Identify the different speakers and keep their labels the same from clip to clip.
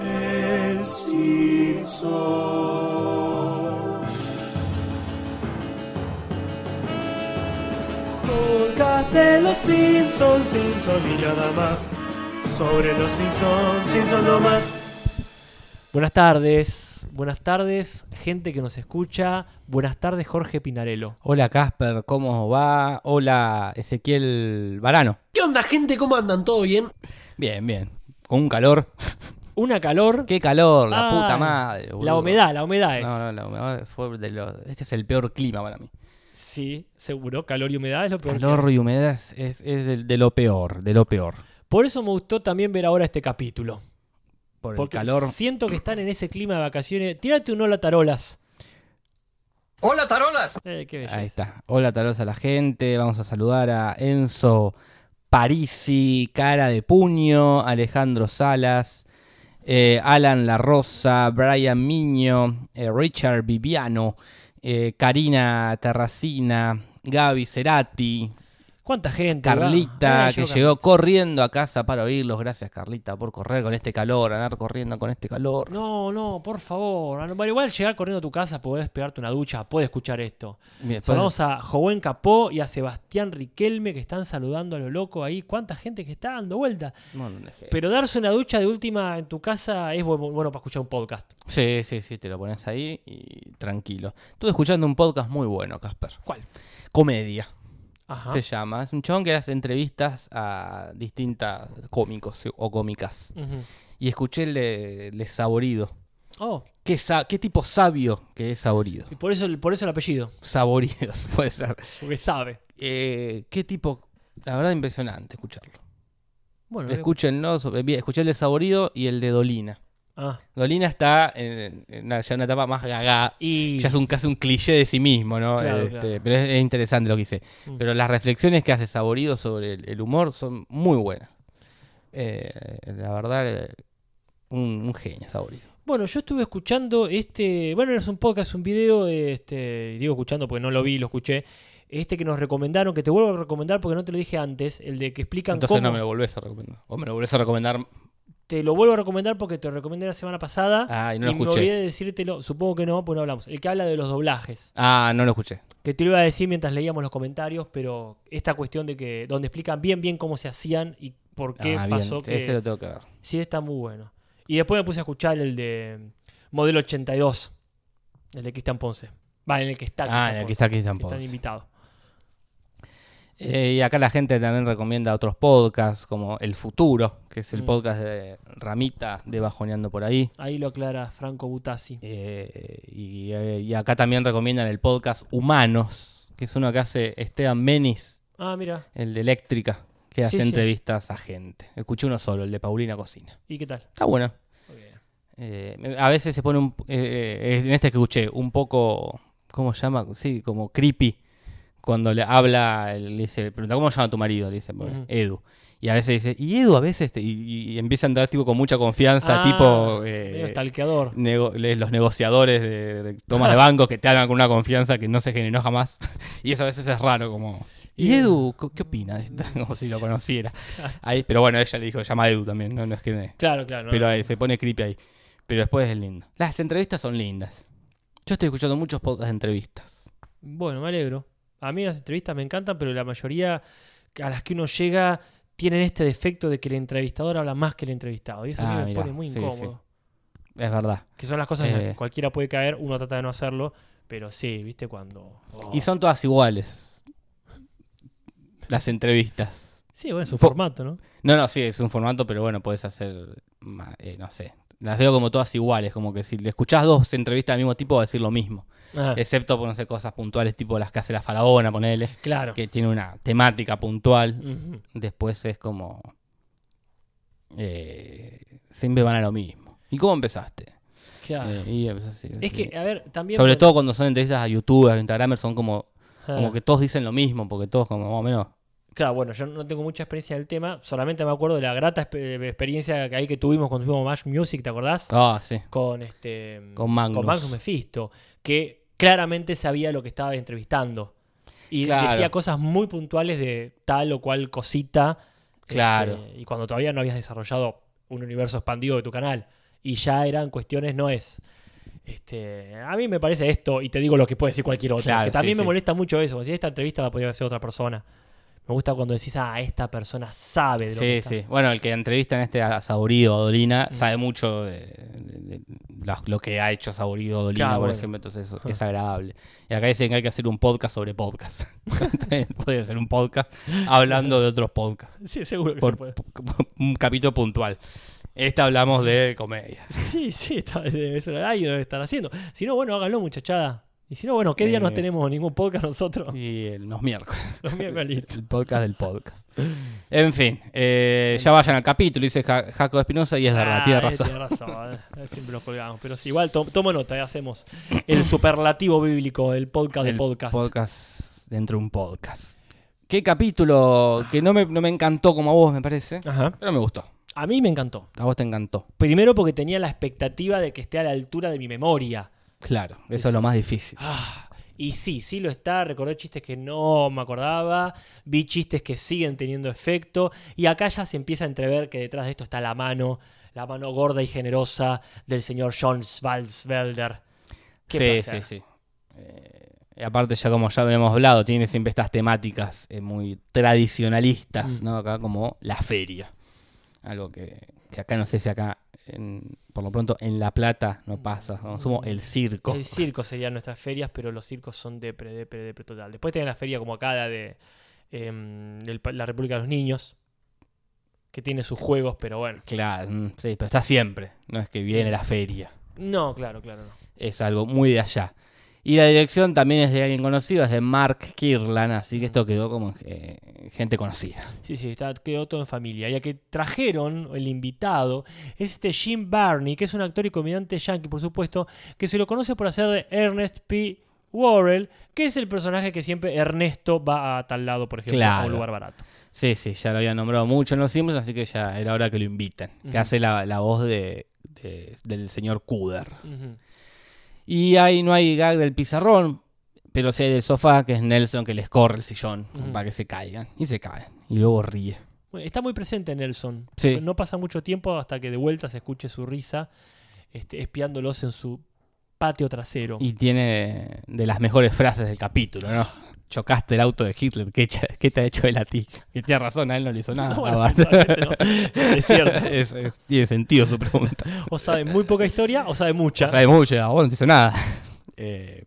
Speaker 1: el sol. Colgate los Simpson, Simpson y nada más. Sobre los Simpson, Simpson no más.
Speaker 2: Buenas tardes, buenas tardes, gente que nos escucha. Buenas tardes, Jorge Pinarello.
Speaker 3: Hola Casper, ¿cómo va? Hola Ezequiel Varano.
Speaker 1: ¿Qué onda, gente? ¿Cómo andan? ¿Todo bien?
Speaker 3: Bien, bien. Con un calor.
Speaker 2: Una calor,
Speaker 3: Qué calor, la
Speaker 2: Ay,
Speaker 3: puta madre.
Speaker 2: Ah, la
Speaker 3: boludo.
Speaker 2: humedad, la humedad es.
Speaker 3: No, no, la humedad fue de los- Este es el peor clima para mí.
Speaker 2: Sí, seguro, calor y humedad es lo peor. que-
Speaker 3: Calor y humedad es, es- es de, de lo peor, de lo peor.
Speaker 2: Por eso me gustó también ver ahora este capítulo.
Speaker 3: Por
Speaker 2: Porque
Speaker 3: el calor.
Speaker 2: siento que están en ese clima de vacaciones. Tírate un hola tarolas.
Speaker 4: ¡Hola, tarolas!
Speaker 2: Eh, qué belleza.
Speaker 3: Ahí está. Hola, talos a la gente. Vamos a saludar a Enzo Parisi, Cara de Puño, Alejandro Salas, eh, Alan La Rosa, Brian Miño, eh, Richard Viviano, eh, Karina Terracina, Gaby Cerati,
Speaker 2: ¿Cuánta gente?
Speaker 3: Carlita,
Speaker 2: ¿verdad? Ah,
Speaker 3: que
Speaker 2: llegó
Speaker 3: llegó corriendo a casa para oírlos. Gracias, Carlita, por correr con este calor, andar corriendo con este calor.
Speaker 2: Carlita. No, no, por favor. Ah, no, Bueno, igual llegar corriendo a tu casa, podés pegarte una ducha, podés escuchar esto.
Speaker 3: Bien, después-
Speaker 2: Saludamos a Joven Capó y a Sebastián Riquelme que están saludando a lo loco ahí. ¿Cuánta gente que está dando vuelta?
Speaker 3: Bueno,
Speaker 2: Pero darse una ducha de última en tu casa es bu- bueno para escuchar un podcast.
Speaker 3: Sí, sí, sí, te lo pones ahí y tranquilo. Estuve escuchando un podcast muy bueno, Casper.
Speaker 2: ¿Cuál?
Speaker 3: Comedia
Speaker 2: Ajá.
Speaker 3: se llama. Es un chabón que hace entrevistas a distintas cómicos o cómicas.
Speaker 2: Ujú.
Speaker 3: Y escuché el de, el de Saborido.
Speaker 2: Oh,
Speaker 3: ¿Qué, sa- qué tipo sabio que es Saborido?
Speaker 2: y por eso, el- por eso el apellido,
Speaker 3: Saboridos, puede ser.
Speaker 2: porque sabe.
Speaker 3: Eh, qué tipo. La verdad, impresionante escucharlo.
Speaker 2: Bueno, eh,
Speaker 3: Escúchenlo. sobre- bien, Escuché el de Saborido y el de Dolina.
Speaker 2: ah,
Speaker 3: Dolina está en, en una, ya una etapa más gaga,
Speaker 2: y
Speaker 3: ya es un casi un cliché de sí mismo, ¿no?
Speaker 2: Claro,
Speaker 3: Este,
Speaker 2: claro.
Speaker 3: Pero es, es interesante lo que hice.
Speaker 2: Mm.
Speaker 3: Pero las reflexiones que hace Saborido sobre el, el humor son muy buenas. Eh, la verdad, eh, un, un genio Saborido.
Speaker 2: Bueno, yo estuve escuchando este. Bueno, es un podcast, un video. eh, Este, digo escuchando porque no lo vi, lo escuché. Este que nos recomendaron, que te vuelvo a recomendar porque no te lo dije antes, el de que explican
Speaker 3: Entonces
Speaker 2: cómo.
Speaker 3: no me lo volvés a recomendar. O me lo volvés a recomendar.
Speaker 2: Te lo vuelvo a recomendar porque te lo recomendé la semana pasada.
Speaker 3: Ah, y no lo
Speaker 2: y me olvidé
Speaker 3: escuché.
Speaker 2: de decírtelo, supongo que no, pues no hablamos. El que habla de los doblajes.
Speaker 3: Ah, no lo escuché.
Speaker 2: que te lo iba a decir mientras leíamos los comentarios, pero esta cuestión de que donde explican bien bien cómo se hacían y por qué
Speaker 3: Ah, bien,
Speaker 2: pasó
Speaker 3: Ese
Speaker 2: que
Speaker 3: lo tengo que ver.
Speaker 2: sí está muy bueno. Y después me puse a escuchar el de Modelo 82, el de Cristian Ponce. Vale, en el que está
Speaker 3: Ah, en el que está Cristian
Speaker 2: que
Speaker 3: Ponce.
Speaker 2: Están invitados.
Speaker 3: Eh, y acá la gente también recomienda otros podcasts como El Futuro, que es el
Speaker 2: Mm.
Speaker 3: podcast de Ramita de Bajoneando por ahí.
Speaker 2: Ahí lo aclara Franco Butasi.
Speaker 3: Eh, y, eh, y acá también recomiendan el podcast Humanos, que es uno que hace Esteban Menis,
Speaker 2: Ah, mira,
Speaker 3: el de Eléctrica, que
Speaker 2: Sí,
Speaker 3: hace
Speaker 2: sí.
Speaker 3: entrevistas a gente. Escuché uno solo, el de Paulina Cocina.
Speaker 2: ¿y qué tal?
Speaker 3: Está bueno.
Speaker 2: Muy bien.
Speaker 3: Eh, me- a veces se pone un, eh, eh, en este que escuché un poco, ¿cómo se llama? Sí, como creepy. Cuando le habla, le dice, pregunta, ¿cómo se llama tu marido? Le dice, bueno,
Speaker 2: Ujú.
Speaker 3: Edu. Y a veces dice, y Edu a veces, te- y, y empieza a entrar tipo con mucha confianza,
Speaker 2: Ah,
Speaker 3: tipo
Speaker 2: medio
Speaker 3: eh,
Speaker 2: stalkeador.
Speaker 3: nego- le- los negociadores de, de tomas de bancos que te hablan con una confianza que no se generó jamás. Y eso a veces es raro, como. ¿Y Edu? co- ¿Qué opina de esto? Como si lo conociera. Ahí, pero bueno, ella le dijo, llama a Edu también, no, no es que. me-
Speaker 2: Claro, claro. no,
Speaker 3: pero
Speaker 2: no.
Speaker 3: ahí, se pone creepy ahí. Pero después es lindo. Las entrevistas son lindas. Yo estoy escuchando muchos podcasts de entrevistas.
Speaker 2: Bueno, me alegro. A mí las entrevistas me encantan, pero la mayoría a las que uno llega tienen este defecto de que el entrevistador habla más que el entrevistado. Y eso a mí
Speaker 3: Ah,
Speaker 2: me
Speaker 3: mirá,
Speaker 2: pone muy
Speaker 3: sí,
Speaker 2: incómodo.
Speaker 3: Es verdad.
Speaker 2: Que son las cosas en las que
Speaker 3: Eh.
Speaker 2: cualquiera puede caer, uno trata de no hacerlo, pero sí, viste, cuando. oh.
Speaker 3: Y son todas iguales. Las entrevistas.
Speaker 2: Sí, bueno, es un
Speaker 3: Po-
Speaker 2: formato, ¿no?
Speaker 3: No, no, sí, es un formato, pero bueno, puedes hacer, ma- eh, no sé. Las veo como todas iguales, como que si le escuchás dos entrevistas al mismo tipo va a decir lo mismo.
Speaker 2: Ah,
Speaker 3: Excepto por, no sé, cosas puntuales tipo las que hace la faraona, ponele,
Speaker 2: claro.
Speaker 3: que tiene una temática puntual.
Speaker 2: Ujú.
Speaker 3: Después es como... eh, siempre van a lo mismo. ¿Y cómo empezaste?
Speaker 2: Claro.
Speaker 3: Eh, y empezás así,
Speaker 2: Ah. es
Speaker 3: así.
Speaker 2: que, a ver, también.
Speaker 3: Sobre
Speaker 2: por-
Speaker 3: todo cuando son entrevistas a youtubers, a instagramers, son como,
Speaker 2: Ah,
Speaker 3: como que todos dicen lo mismo, porque todos como más o menos...
Speaker 2: Claro, bueno, yo no tengo mucha experiencia del tema, solamente me acuerdo de la grata espe- experiencia que ahí que tuvimos cuando fuimos a Mash Music, ¿te acordás?
Speaker 3: Ah, sí.
Speaker 2: con este
Speaker 3: Con Magnus.
Speaker 2: Mephisto, que claramente sabía lo que estaba entrevistando. Y
Speaker 3: Claro.
Speaker 2: decía cosas muy puntuales de tal o cual cosita.
Speaker 3: Claro.
Speaker 2: este, y cuando todavía no habías desarrollado un universo expandido de tu canal. y ya eran cuestiones, no es. Este, a mí me parece esto, y te digo lo que puede decir cualquier otro.
Speaker 3: Claro,
Speaker 2: que también
Speaker 3: sí,
Speaker 2: me
Speaker 3: sí.
Speaker 2: molesta mucho eso. Si esta entrevista la podía hacer otra persona. Me gusta cuando decís, ah, esta persona sabe de lo que
Speaker 3: Sí,
Speaker 2: está". Mm.
Speaker 3: sí. Bueno, el que entrevista en este a Saborido Dolina sabe mucho de, de- de la- lo que ha hecho Saborido Dolina,
Speaker 2: Claro,
Speaker 3: por
Speaker 2: bueno.
Speaker 3: ejemplo, entonces eso es agradable. Y acá dicen que hay que hacer un podcast sobre podcast. Entonces, Puede hacer un podcast hablando de otros podcasts.
Speaker 2: Sí, seguro que se
Speaker 3: Por,
Speaker 2: puede.
Speaker 3: por un capítulo puntual. Esta hablamos de comedia.
Speaker 2: Sí, sí, está, eso lo- alguien lo debe estar haciendo. Si no, bueno, háganlo, muchachada. Y si no, bueno, ¿qué día no
Speaker 3: Eh.
Speaker 2: tenemos ningún podcast nosotros?
Speaker 3: Y el, los miércoles.
Speaker 2: Los miércoles.
Speaker 3: El podcast del podcast. En fin, eh, ya vayan al capítulo, dice Ja- Jaco Espinosa, y es verdad,
Speaker 2: Ah,
Speaker 3: tiene
Speaker 2: eh,
Speaker 3: razón.
Speaker 2: tiene razón, eh, Siempre lo colgamos. Pero sí, igual to- tomo nota, eh, hacemos el superlativo bíblico, el podcast del
Speaker 3: El
Speaker 2: podcast.
Speaker 3: dentro de un podcast. Qué capítulo que no me, no me encantó como a vos, me parece.
Speaker 2: Ajá.
Speaker 3: Pero me gustó.
Speaker 2: A mí me encantó.
Speaker 3: A vos te encantó.
Speaker 2: Primero porque tenía la expectativa de que esté a la altura de mi memoria.
Speaker 3: Claro, eso
Speaker 2: Sí.
Speaker 3: es lo más difícil.
Speaker 2: Ah, y sí, sí lo está. Recordé chistes que no me acordaba. Vi chistes que siguen teniendo efecto. Y acá ya se empieza a entrever que detrás de esto está la mano, la mano gorda y generosa del señor John Svalsvelder. Qué
Speaker 3: Sí, sí,
Speaker 2: placer.
Speaker 3: sí. Eh, y aparte, ya como ya habíamos hablado, tiene siempre estas temáticas eh, muy tradicionalistas,
Speaker 2: Mm.
Speaker 3: ¿no? Acá como la feria. Algo que, que acá no sé si acá, en- por lo pronto, en La Plata no pasa. Como sumo el circo.
Speaker 2: El circo serían nuestras ferias, pero los circos son de pre, de pre, de pre total. Después tienen la feria como acá, la de em, del pa- la República de los Niños, que tiene sus juegos, pero bueno.
Speaker 3: Claro, mm, sí, pero está siempre. No es que viene la feria.
Speaker 2: No, claro, claro. no.
Speaker 3: es algo muy de allá. Y la dirección también es de alguien conocido, es de Mark Kirlan, así que esto quedó como eh, gente conocida.
Speaker 2: Sí, sí, está, quedó todo en familia. Ya que trajeron el invitado, es este Jim Barney, que es un actor y comediante yankee, por supuesto, que se lo conoce por hacer de Ernest P. Worrell, que es el personaje que siempre Ernesto va a tal lado, por ejemplo, a
Speaker 3: Claro.
Speaker 2: un lugar barato.
Speaker 3: Sí, sí, ya lo había nombrado mucho en Los Simpsons, así que ya era hora que lo inviten,
Speaker 2: Ujú.
Speaker 3: que hace la, la voz de, de- del señor Cuder.
Speaker 2: Ujú.
Speaker 3: Y ahí no hay gag del pizarrón, pero sí hay del sofá, que es Nelson que les corre el sillón
Speaker 2: Ujú.
Speaker 3: para que se caigan, y se caen, y luego ríe.
Speaker 2: Bueno, Está muy presente Nelson.
Speaker 3: Sí.
Speaker 2: No pasa mucho tiempo hasta que de vuelta se escuche su risa este, espiándolos en su patio trasero.
Speaker 3: Y tiene de las mejores frases del capítulo, ¿no? Chocaste el auto de Hitler, ¿qué, echa- qué te ha hecho él a ti? Y tiene razón, a él no le hizo nada.
Speaker 2: No, bueno,
Speaker 3: aparte.
Speaker 2: realmente no. Es cierto.
Speaker 3: Es- es- tiene sentido su pregunta.
Speaker 2: O sabe muy poca historia o sabe mucha.
Speaker 3: Sabe mucho, a vos no te hizo nada. Eh,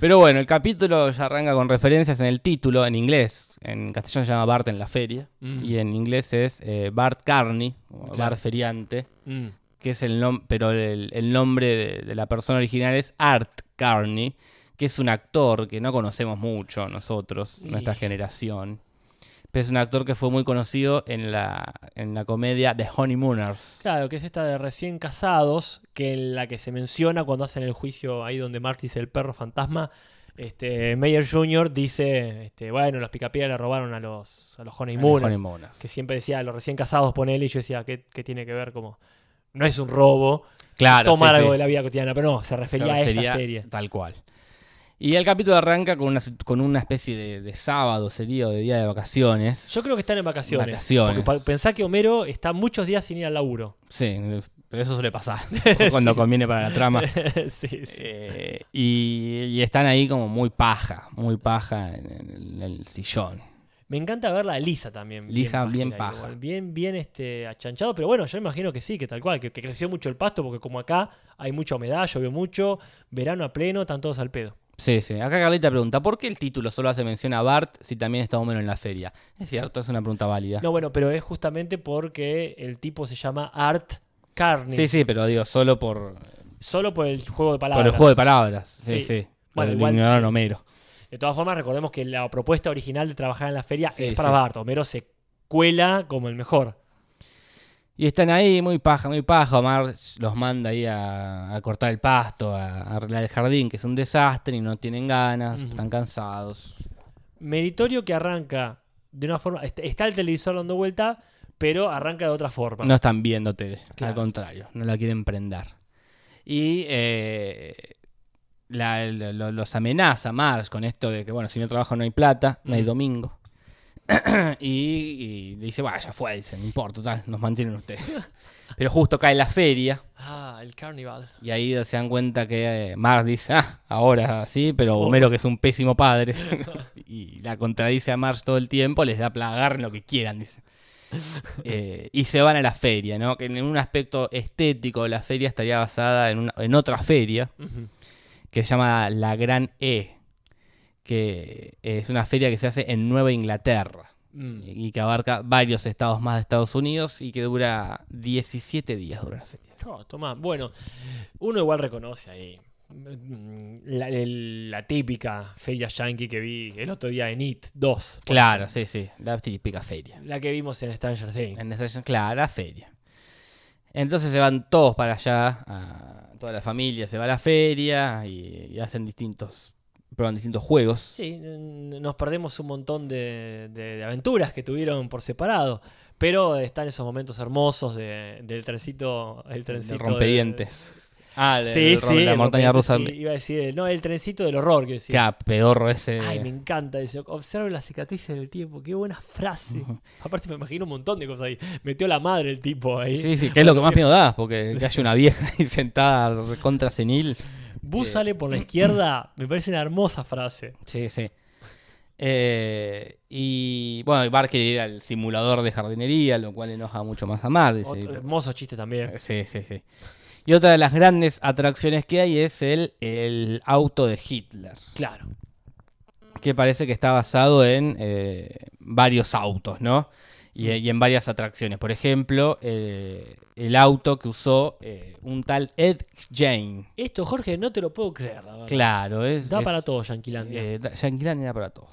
Speaker 3: pero bueno, el capítulo ya arranca con referencias en el título, en inglés. En castellano se llama Bart en la feria.
Speaker 2: Mm.
Speaker 3: Y en inglés es eh, Bart Carney, o
Speaker 2: Claro.
Speaker 3: Bart Feriante,
Speaker 2: Mm.
Speaker 3: que es el nombre, pero el, el nombre de, de la persona original es Art Carney, que es un actor que no conocemos mucho nosotros,
Speaker 2: Y-
Speaker 3: nuestra generación. Pero es un actor que fue muy conocido en la, en la comedia The Honeymooners.
Speaker 2: Claro, que es esta de recién casados, que en la que se menciona cuando hacen el juicio ahí donde Marty es el perro fantasma. Este, Mayer Jr. dice, este, bueno, los picapiedras le robaron a los, a los honeymooners.
Speaker 3: Honeymooners.
Speaker 2: que siempre decía, a los recién casados ponele, y yo decía, ¿qué, qué tiene que ver? Como, no es un robo,
Speaker 3: Claro,
Speaker 2: tomar
Speaker 3: sí,
Speaker 2: algo
Speaker 3: sí.
Speaker 2: de la vida cotidiana, pero no, se
Speaker 3: Se
Speaker 2: refería, a
Speaker 3: refería
Speaker 2: esta serie.
Speaker 3: Tal cual. Y el capítulo arranca con una, con una especie de, de sábado, sería, o de día de vacaciones.
Speaker 2: Yo creo que están en vacaciones.
Speaker 3: Vacaciones.
Speaker 2: Porque pa- pensá que Homero está muchos días sin ir al laburo.
Speaker 3: Sí, pero eso suele pasar cuando conviene para la trama.
Speaker 2: sí, sí.
Speaker 3: Eh, y, y están ahí como muy paja, muy paja en, en- en el sillón.
Speaker 2: Me encanta verla a Lisa también.
Speaker 3: Lisa, bien
Speaker 2: pajera,
Speaker 3: paja.
Speaker 2: igual, Bien, bien este, achanchado. Pero bueno, yo imagino que sí, que tal cual, que, que creció mucho el pasto, porque como acá hay mucha humedad, llovió mucho, verano a pleno, están todos al pedo.
Speaker 3: Sí, sí. Acá Carlita pregunta, ¿por qué el título solo hace mención a Bart si también está Homero en la feria? Es cierto, es una pregunta válida.
Speaker 2: No, bueno, pero es justamente porque el tipo se llama Art Carney.
Speaker 3: sí, sí, pero digo, solo por,
Speaker 2: Solo por el juego de palabras.
Speaker 3: por el juego de palabras. Sí,
Speaker 2: Sí.
Speaker 3: sí.
Speaker 2: Bueno,
Speaker 3: Lo
Speaker 2: igual-
Speaker 3: ignoraron Homero.
Speaker 2: De todas formas, recordemos que la propuesta original de trabajar en la feria
Speaker 3: Sí,
Speaker 2: es para
Speaker 3: sí.
Speaker 2: Bart. Homero se cuela como el mejor.
Speaker 3: Y están ahí, muy paja, muy paja. Omar los manda ahí a, a cortar el pasto, a, a arreglar el jardín, que es un desastre y no tienen ganas,
Speaker 2: Ujú.
Speaker 3: están cansados.
Speaker 2: Meritorio que arranca de una forma. est- Está el televisor dando vuelta, pero arranca de otra forma.
Speaker 3: No están viendo tele,
Speaker 2: Claro.
Speaker 3: al contrario, no la quieren prender. Y eh, la- lo- lo- los amenaza Marsh con esto de que, bueno, si no trabajo no hay plata, no hay
Speaker 2: Ujú.
Speaker 3: domingo. y, y le dice, bueno, ya fue, dice, no importa, total, nos mantienen ustedes. Pero justo cae la feria,
Speaker 2: Ah, el Carnival.
Speaker 3: Y ahí se dan cuenta que eh, Marx dice, ah, ahora sí, pero
Speaker 2: Oh.
Speaker 3: Homero, que es un pésimo padre, y la contradice a Marx todo el tiempo, les da plagar lo que quieran, dice. Eh, y se van a la feria, ¿no? Que en un aspecto estético la feria estaría basada en, una- en otra feria
Speaker 2: Ujú.
Speaker 3: que se llama La Gran E, que es una feria que se hace en Nueva Inglaterra
Speaker 2: Mm.
Speaker 3: y que abarca varios estados más de Estados Unidos y que dura 17 días dura la feria.
Speaker 2: No, toma. Bueno, uno igual reconoce ahí. mm, La, el- la típica feria yankee que vi el otro día en It 2. por
Speaker 3: Claro, sí, sí, la típica feria.
Speaker 2: ejemplo. La que vimos en Stranger Things.
Speaker 3: En Stranger- claro, la feria. Entonces se van todos para allá, a- toda la familia se va a la feria y, y hacen distintos, prueban distintos juegos.
Speaker 2: Sí, n- nos perdemos un montón de, de- de aventuras que tuvieron por separado. Pero están esos momentos hermosos de- del trencito. El trencito
Speaker 3: De
Speaker 2: de-
Speaker 3: rompedientes. Ah, de,
Speaker 2: Sí, sí.
Speaker 3: la
Speaker 2: el
Speaker 3: montaña
Speaker 2: rompedientes,
Speaker 3: rusa.
Speaker 2: sí, iba a decir, no, el trencito del horror, quiero decir.
Speaker 3: Qué pedorro ese.
Speaker 2: Ay, me encanta eso. Observe las cicatrices del tiempo. Qué buena frase. Aparte me imagino un montón de cosas ahí. Metió la madre el tipo ahí.
Speaker 3: Sí, sí, que es lo que más miedo da, porque que haya una vieja ahí sentada contra senil.
Speaker 2: Bus sale por la izquierda. Me parece una hermosa frase.
Speaker 3: Sí, sí. Eh, y bueno, y Bart quiere ir al simulador de jardinería, lo cual enoja mucho más a Mar. dice,
Speaker 2: Otro hermoso chiste también.
Speaker 3: Sí, sí, sí. Y otra de las grandes atracciones que hay es el, el auto de Hitler,
Speaker 2: Claro.
Speaker 3: que parece que está basado en eh, varios autos, ¿no? Y, y en varias atracciones. Por ejemplo, eh, el auto que usó eh, un tal Ed Jane.
Speaker 2: Esto, Jorge, no te lo puedo creer. la verdad.
Speaker 3: Claro, es.
Speaker 2: Da
Speaker 3: es-
Speaker 2: para todo, Yanquilandia.
Speaker 3: eh, da- Yanquilandia da para todo.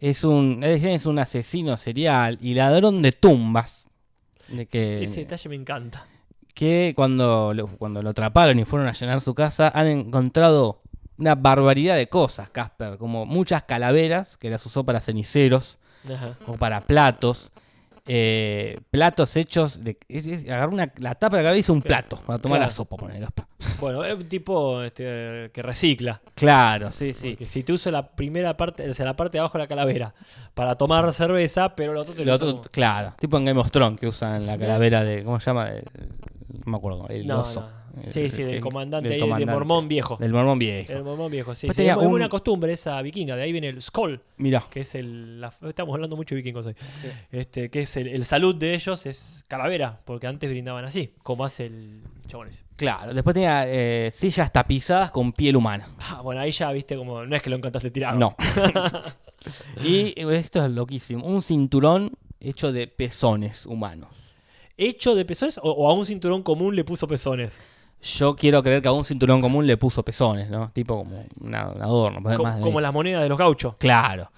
Speaker 3: Es un, Ed Gein es un asesino serial y ladrón de tumbas. De que,
Speaker 2: Ese detalle me encanta.
Speaker 3: que cuando lo, cuando lo atraparon y fueron a llenar su casa, han encontrado una barbaridad de cosas, Casper, como muchas calaveras que las usó para ceniceros,
Speaker 2: Ajá.
Speaker 3: como para platos, eh, platos hechos de... es- es- agarró una, la tapa de la cabeza y hizo un plato para tomar
Speaker 2: Claro.
Speaker 3: la sopa, ponele, Casper.
Speaker 2: Bueno, es un tipo este, que recicla.
Speaker 3: Claro, sí, sí.
Speaker 2: Porque si te uso la primera parte, o sea, la parte de abajo de la calavera para tomar cerveza, pero lo otro te
Speaker 3: Lo
Speaker 2: lo
Speaker 3: otro,
Speaker 2: uso como-
Speaker 3: claro, tipo en Game of Thrones que usan la calavera de... ¿Cómo se llama? De- no me acuerdo, el
Speaker 2: No,
Speaker 3: oso.
Speaker 2: no.
Speaker 3: El-
Speaker 2: Sí, sí, del
Speaker 3: el-
Speaker 2: comandante,
Speaker 3: del
Speaker 2: ahí,
Speaker 3: comandante.
Speaker 2: de Mormón viejo.
Speaker 3: Del mormón viejo.
Speaker 2: El mormón viejo, sí.
Speaker 3: Después
Speaker 2: sí,
Speaker 3: tenía
Speaker 2: es muy
Speaker 3: un-
Speaker 2: buena costumbre esa vikinga, de ahí viene el Skoll,
Speaker 3: Mirá.
Speaker 2: que es el. la- estamos hablando mucho de vikingos hoy. Este, que es el, el salud de ellos, es calavera, porque antes brindaban así, como hace el chabón ese.
Speaker 3: Claro, después tenía eh, sillas tapizadas con piel humana.
Speaker 2: Ah, bueno, ahí ya viste como. No es que lo encantaste tirado.
Speaker 3: No. y esto es loquísimo. Un cinturón hecho de pezones humanos.
Speaker 2: ¿Hecho de pezones o, o a un cinturón común le puso pezones?
Speaker 3: Yo quiero creer que a un cinturón común le puso pezones, ¿no? Tipo como una- un adorno. pero
Speaker 2: Co-
Speaker 3: más de
Speaker 2: como
Speaker 3: ahí.
Speaker 2: las monedas de los gauchos.
Speaker 3: Claro.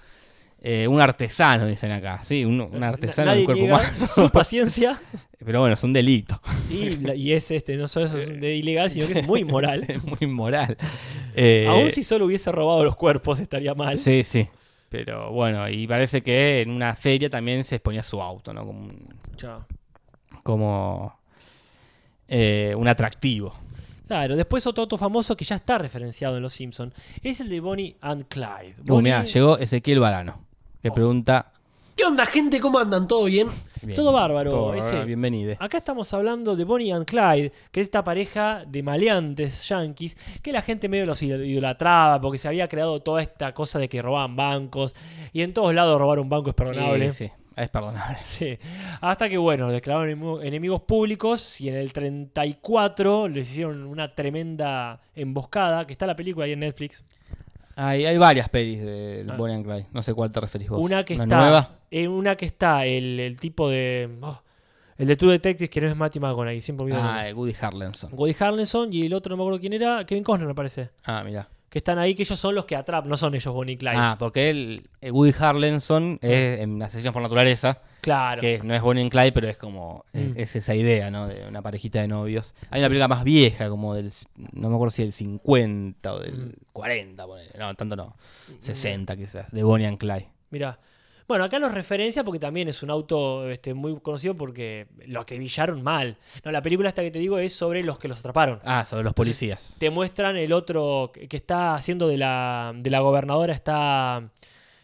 Speaker 3: Eh, un artesano, dicen acá. Sí, un, un artesano
Speaker 2: Nadie
Speaker 3: del cuerpo
Speaker 2: niega
Speaker 3: humano.
Speaker 2: Su paciencia.
Speaker 3: Pero bueno, es un delito.
Speaker 2: Y, la- y es este, no solo eso
Speaker 3: Eh.
Speaker 2: es de ilegal, sino que es muy inmoral.
Speaker 3: Es muy inmoral. Eh,
Speaker 2: Aún si solo hubiese robado los cuerpos estaría mal.
Speaker 3: Sí, sí. Pero bueno, y parece que en una feria también se exponía su auto, ¿no? Como un-
Speaker 2: Ya.
Speaker 3: como eh, un atractivo.
Speaker 2: Claro, después otro auto famoso que ya está referenciado en Los Simpsons es el de Bonnie and Clyde.
Speaker 3: Uh, mirá,
Speaker 2: Bonnie-
Speaker 3: llegó Ezequiel Varano, que
Speaker 2: Oh.
Speaker 3: pregunta...
Speaker 1: ¿Qué onda, gente? ¿Cómo andan? ¿Todo bien?
Speaker 3: bien,
Speaker 2: Todo bárbaro, ese. Ah,
Speaker 3: bienvenido.
Speaker 2: Acá estamos hablando de Bonnie and Clyde, que es esta pareja de maleantes yanquis que la gente medio los idol- idolatraba porque se había creado toda esta cosa de que robaban bancos y en todos lados robar un banco es perdonable.
Speaker 3: Sí, sí, es perdonable.
Speaker 2: Sí. Hasta que, bueno, los declararon enemu- enemigos públicos y en el 34 les hicieron una tremenda emboscada, que está la película ahí en Netflix.
Speaker 3: Hay, hay varias pelis del
Speaker 2: Ah.
Speaker 3: Bonnie and Clyde, no sé cuál te referís vos.
Speaker 2: Una que
Speaker 3: ¿Una
Speaker 2: está.
Speaker 3: nueva?
Speaker 2: en una que está el, el tipo de. oh, el de Two Detectives, que no es Matty McConaughey, siempre olvido el
Speaker 3: Ah,
Speaker 2: nombre.
Speaker 3: de Woody Harrelson.
Speaker 2: Woody Harrelson y el otro, no me acuerdo quién era, Kevin Costner, me parece.
Speaker 3: Ah, mira.
Speaker 2: Que están ahí, que ellos son los que atrapan, no son ellos Bonnie y Clyde.
Speaker 3: Ah, porque él, eh, Woody Harrelson es en Asesinos por Naturaleza,
Speaker 2: claro.
Speaker 3: que no es Bonnie and Clyde, pero es como, es,
Speaker 2: Mm.
Speaker 3: es esa idea, ¿no? De una parejita de novios. Hay una película más vieja, como del, no me acuerdo si del 50 o del 40, ponele. no, tanto no, 60 quizás, de Bonnie and Clyde.
Speaker 2: Mirá. Bueno, acá los referencia porque también es un auto este, muy conocido porque lo acribillaron mal. No, la película esta que te digo es sobre los que los atraparon.
Speaker 3: Ah, sobre los policías.
Speaker 2: Te muestran el otro que que está haciendo de la, de la gobernadora, está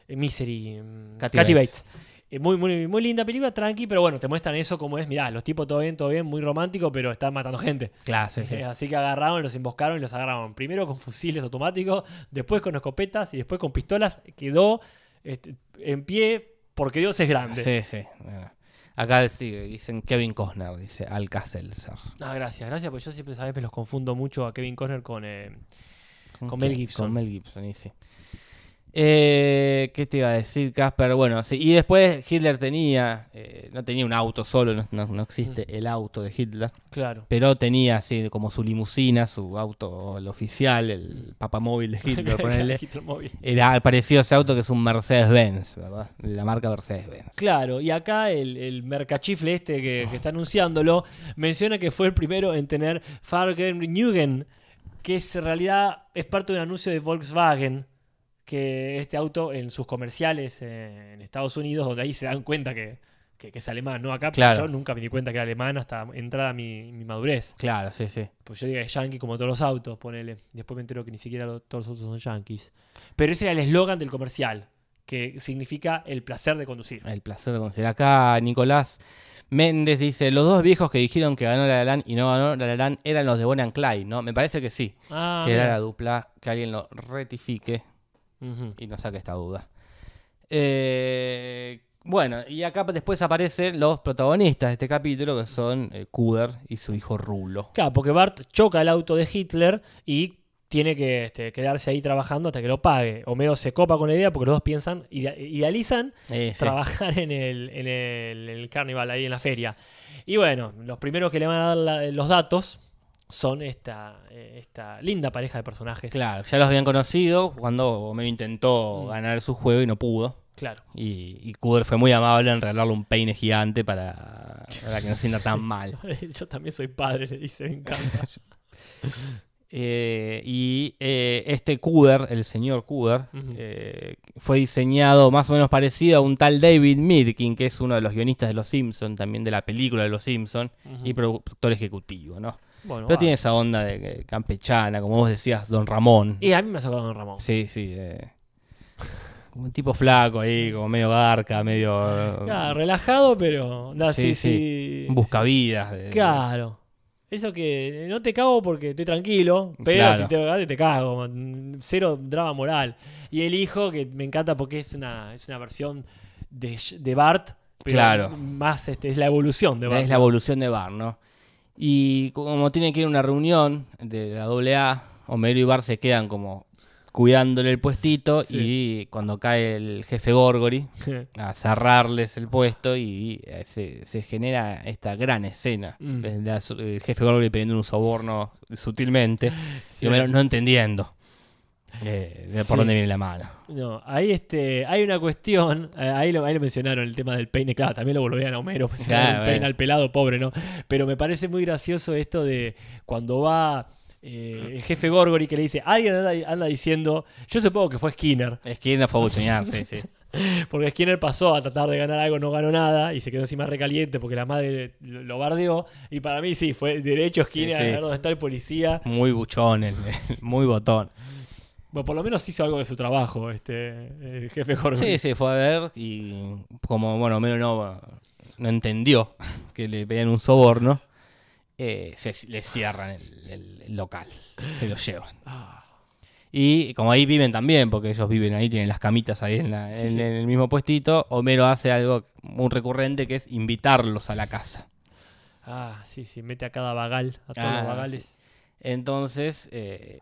Speaker 2: eh, Misery, mm,
Speaker 3: Kathy
Speaker 2: Kathy Bates.
Speaker 3: Bates.
Speaker 2: Eh, Muy, muy, muy linda película, tranqui, pero bueno, te muestran eso como es, mirá, los tipos todo bien, todo bien, muy romántico, pero están matando gente.
Speaker 3: Claro, sí, sí.
Speaker 2: Eh, Así que agarraron, los emboscaron y los agarraron. Primero con fusiles automáticos, después con escopetas y después con pistolas. Quedó este, en pie porque Dios es grande.
Speaker 3: Sí, sí. Bueno. Acá sí, dicen Kevin Costner, dice Alcacelser.
Speaker 2: Ah, gracias, gracias, porque yo siempre sabes me los confundo mucho a Kevin Costner con. eh, Con
Speaker 3: quién?
Speaker 2: Mel Gibson.
Speaker 3: Con Mel Gibson, y sí. Eh, ¿Qué te iba a decir, Casper? Bueno, sí. Y después Hitler tenía, eh, no tenía un auto solo, no, no- no existe el auto de Hitler,
Speaker 2: claro.
Speaker 3: pero tenía así como su limusina, su auto el oficial, el papamóvil de Hitler, ponele.
Speaker 2: Hitler móvil.
Speaker 3: Era parecido a ese auto que es un Mercedes-Benz, ¿verdad? La marca Mercedes-Benz.
Speaker 2: Claro, y acá el, el mercachifle este que, que está anunciándolo menciona que fue el primero en tener Fargen Nügen, que es, en realidad es parte de un anuncio de Volkswagen, que este auto en sus comerciales eh, en Estados Unidos, donde ahí se dan cuenta que, que- que es alemán, ¿no? Acá porque
Speaker 3: Claro.
Speaker 2: yo nunca me di cuenta que era alemán hasta entrada mi, mi madurez.
Speaker 3: Claro, sí, sí.
Speaker 2: Pues yo digo, es yankee como todos los autos, ponele. Después me entero que ni siquiera lo- todos los autos son yankees. Pero ese era el eslogan del comercial, que significa el placer de conducir.
Speaker 3: El placer de conocer acá, Nicolás Méndez dice, los dos viejos que dijeron que ganó la Lan y no ganó la Lan eran los de Bonan Clyde, ¿no? Me parece que sí,
Speaker 2: Ah,
Speaker 3: que
Speaker 2: mira.
Speaker 3: era la dupla, que alguien lo rectifique
Speaker 2: Ujú.
Speaker 3: y nos saque esta duda. Eh, bueno, y acá después aparecen los protagonistas de este capítulo, que son eh, Kuder y su hijo Rulo.
Speaker 2: Claro, porque Bart choca el auto de Hitler y tiene que este, quedarse ahí trabajando hasta que lo pague. Homero se copa con la idea porque los dos piensan, idea- idealizan
Speaker 3: Eh, sí.
Speaker 2: trabajar en el, en el, en el carnaval, ahí en la feria. Y bueno, los primeros que le van a dar la- los datos son esta, eh, esta linda pareja de personajes.
Speaker 3: Claro, ya los habían conocido cuando Homero intentó
Speaker 2: Mm.
Speaker 3: ganar su juego y no pudo.
Speaker 2: Claro.
Speaker 3: Y, y Cooder fue muy amable en regalarle un peine gigante para, para que no se sienta tan mal.
Speaker 2: Yo también soy padre, le dice, me encanta.
Speaker 3: Eh, y eh, este Cooder, el señor Cooder,
Speaker 2: Ujú.
Speaker 3: eh, fue diseñado más o menos parecido a un tal David Mirkin, que es uno de los guionistas de Los Simpson, también de la película de Los Simpson,
Speaker 2: Ujú.
Speaker 3: y productor ejecutivo, ¿no?
Speaker 2: Bueno,
Speaker 3: Pero
Speaker 2: va.
Speaker 3: tiene esa onda de que- campechana, como vos decías, Don Ramón.
Speaker 2: Y a mí me ha sacado Don Ramón.
Speaker 3: Sí, sí. eh, como un tipo flaco ahí, como medio garca, medio... eh,
Speaker 2: Claro, relajado, pero. da,
Speaker 3: Sí,
Speaker 2: sí,
Speaker 3: sí.
Speaker 2: sí.
Speaker 3: buscavidas. de-
Speaker 2: Claro. Eso que eh, no te cago porque estoy tranquilo, pero
Speaker 3: Claro.
Speaker 2: si te cagaste, te cago. man. Cero drama moral. Y el hijo, que me encanta porque es una, es una versión de, de Bart, pero
Speaker 3: Claro.
Speaker 2: más este, es la evolución de Bart.
Speaker 3: Es la evolución de Bar, ¿no? Y como tienen que ir a una reunión de la AA, Homero y Bar se quedan como cuidándole el puestito y cuando cae el jefe Gorgory a cerrarles el puesto y eh, se, se genera esta gran escena.
Speaker 2: Mm.
Speaker 3: de la su- el jefe Gorgory pidiendo un soborno sutilmente
Speaker 2: Sí.
Speaker 3: y Homero no entendiendo eh, de por
Speaker 2: Sí.
Speaker 3: dónde viene la mano.
Speaker 2: No, ahí este, hay una cuestión, eh, ahí lo, ahí lo mencionaron, el tema del peine, claro, también lo volvían a Homero, mencionaron
Speaker 3: Claro,
Speaker 2: el peine
Speaker 3: bueno.
Speaker 2: al pelado, pobre, ¿no? Pero me parece muy gracioso esto de cuando va eh, el jefe Gorgory que le dice, alguien anda, anda diciendo, yo supongo que fue Skinner,
Speaker 3: Es que no fue a buchonear, sí, sí.
Speaker 2: porque Skinner pasó a tratar de ganar algo, no ganó nada, y se quedó encima recaliente porque la madre lo, lo bardeó, y para mí sí, fue derecho Skinner
Speaker 3: Sí, sí.
Speaker 2: a ver dónde está el policía,
Speaker 3: Muy buchón, el- el- muy botón.
Speaker 2: bueno, por lo menos hizo algo de su trabajo, este, el jefe Gorgory.
Speaker 3: Sí, se fue a ver y como, bueno, Homero no, no entendió que le pedían un soborno, eh, se- le cierran el, el- el local, se lo llevan.
Speaker 2: Ah.
Speaker 3: Y como ahí viven también, porque ellos viven ahí, tienen las camitas ahí en, la-
Speaker 2: Sí,
Speaker 3: en-
Speaker 2: sí.
Speaker 3: en el mismo puestito, Homero hace algo muy recurrente que es invitarlos a la casa.
Speaker 2: Ah, sí, sí, mete a cada vagal, a todos
Speaker 3: Ah,
Speaker 2: los vagales.
Speaker 3: Entonces, eh,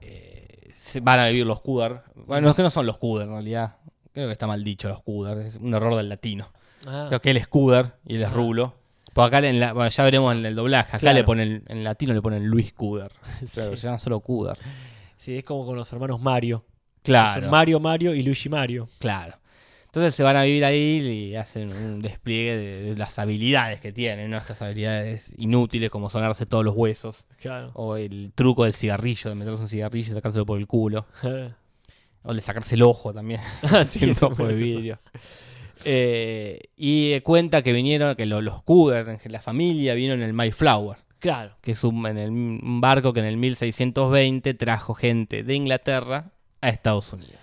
Speaker 3: eh, se- van a vivir los Cudar. Bueno, es que no son los Cudar en realidad. Creo que está mal dicho los Cudar, es un error del latino.
Speaker 2: Ah,
Speaker 3: Creo que él es Cuder y él es
Speaker 2: Ah.
Speaker 3: Rulo. Pues acá en la- bueno, ya veremos en el doblaje. Acá
Speaker 2: Claro.
Speaker 3: le ponen, en latino le ponen Luis Cuder. Claro,
Speaker 2: sí.
Speaker 3: se llama solo Cuder.
Speaker 2: Sí, es como con los hermanos Mario. que
Speaker 3: Claro,
Speaker 2: Son Mario, Mario y Luigi Mario.
Speaker 3: claro. Entonces se van a vivir ahí y hacen un despliegue de, de las habilidades que tienen, ¿no? Estas habilidades inútiles como sonarse todos los huesos.
Speaker 2: Claro.
Speaker 3: O el truco del cigarrillo, de meterse un cigarrillo y sacárselo por el culo. O el de sacarse el ojo también.
Speaker 2: Ah, sí,
Speaker 3: un
Speaker 2: eso
Speaker 3: ojo de
Speaker 2: parece eso.
Speaker 3: vidrio. Eh, y cuenta que vinieron, que lo- los Cuder, la familia, vino en el Mayflower.
Speaker 2: Claro.
Speaker 3: que es un, en el- un barco que en el 1620 trajo gente de Inglaterra a Estados Unidos.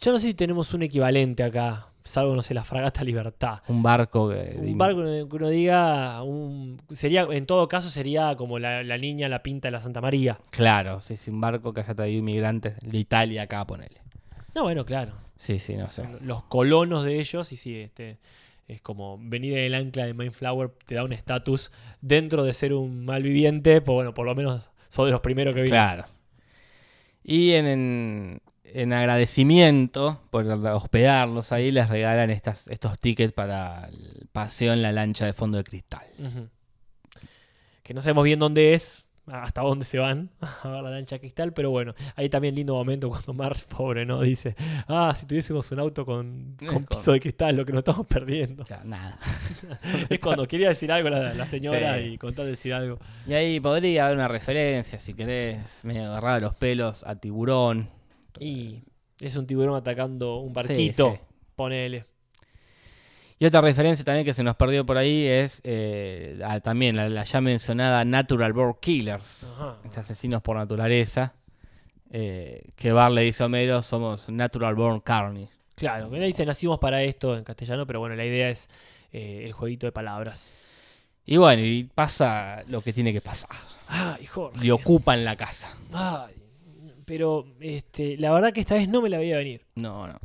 Speaker 2: Yo no sé si tenemos un equivalente acá. salvo, no sé, la fragata Libertad.
Speaker 3: Un barco. que-
Speaker 2: Un barco que uno diga, un- sería, en todo caso sería como la, la línea, la pinta de la Santa María.
Speaker 3: Claro, sí, sí, un barco que haya traído inmigrantes de Italia acá, ponele.
Speaker 2: No, bueno, claro.
Speaker 3: Sí, sí, no sé.
Speaker 2: Los colonos de ellos, y sí, este, es como venir en el ancla de Mindflower te da un estatus dentro de ser un malviviente, pues bueno, por lo menos sos de los primeros que vino.
Speaker 3: Claro. Y en, en- en agradecimiento por hospedarlos ahí, les regalan estas, estos tickets para el paseo en la lancha de fondo de cristal.
Speaker 2: Ujú. Que no sabemos bien dónde es, hasta dónde se van a ver la lancha de cristal, pero bueno, ahí también lindo momento cuando Marge, pobre, ¿no? Dice, ah, si tuviésemos un auto con,
Speaker 3: Eh,
Speaker 2: con
Speaker 3: con-
Speaker 2: piso de cristal, lo que nos estamos perdiendo.
Speaker 3: Claro, nada.
Speaker 2: es cuando quería decir algo la, la señora
Speaker 3: Sí.
Speaker 2: y contar decir algo.
Speaker 3: Y ahí podría haber una referencia, si querés, medio agarrada de los pelos a tiburón.
Speaker 2: Y es un tiburón atacando un barquito,
Speaker 3: sí.
Speaker 2: ponele.
Speaker 3: Y otra referencia también que se nos perdió por ahí es eh, a- también la, la ya mencionada Natural Born Killers,
Speaker 2: Ajá.
Speaker 3: Estos asesinos por naturaleza, eh, que Bar le dice a Homero, somos Natural Born Carnage.
Speaker 2: Claro, que le dice nacimos para esto en castellano, pero bueno, la idea es eh, el jueguito de palabras.
Speaker 3: Y bueno, y pasa lo que tiene que pasar.
Speaker 2: Ay, Jorge.
Speaker 3: Le ocupan la casa.
Speaker 2: Ay, pero este, la verdad que esta vez no me la veía venir.
Speaker 3: No, no.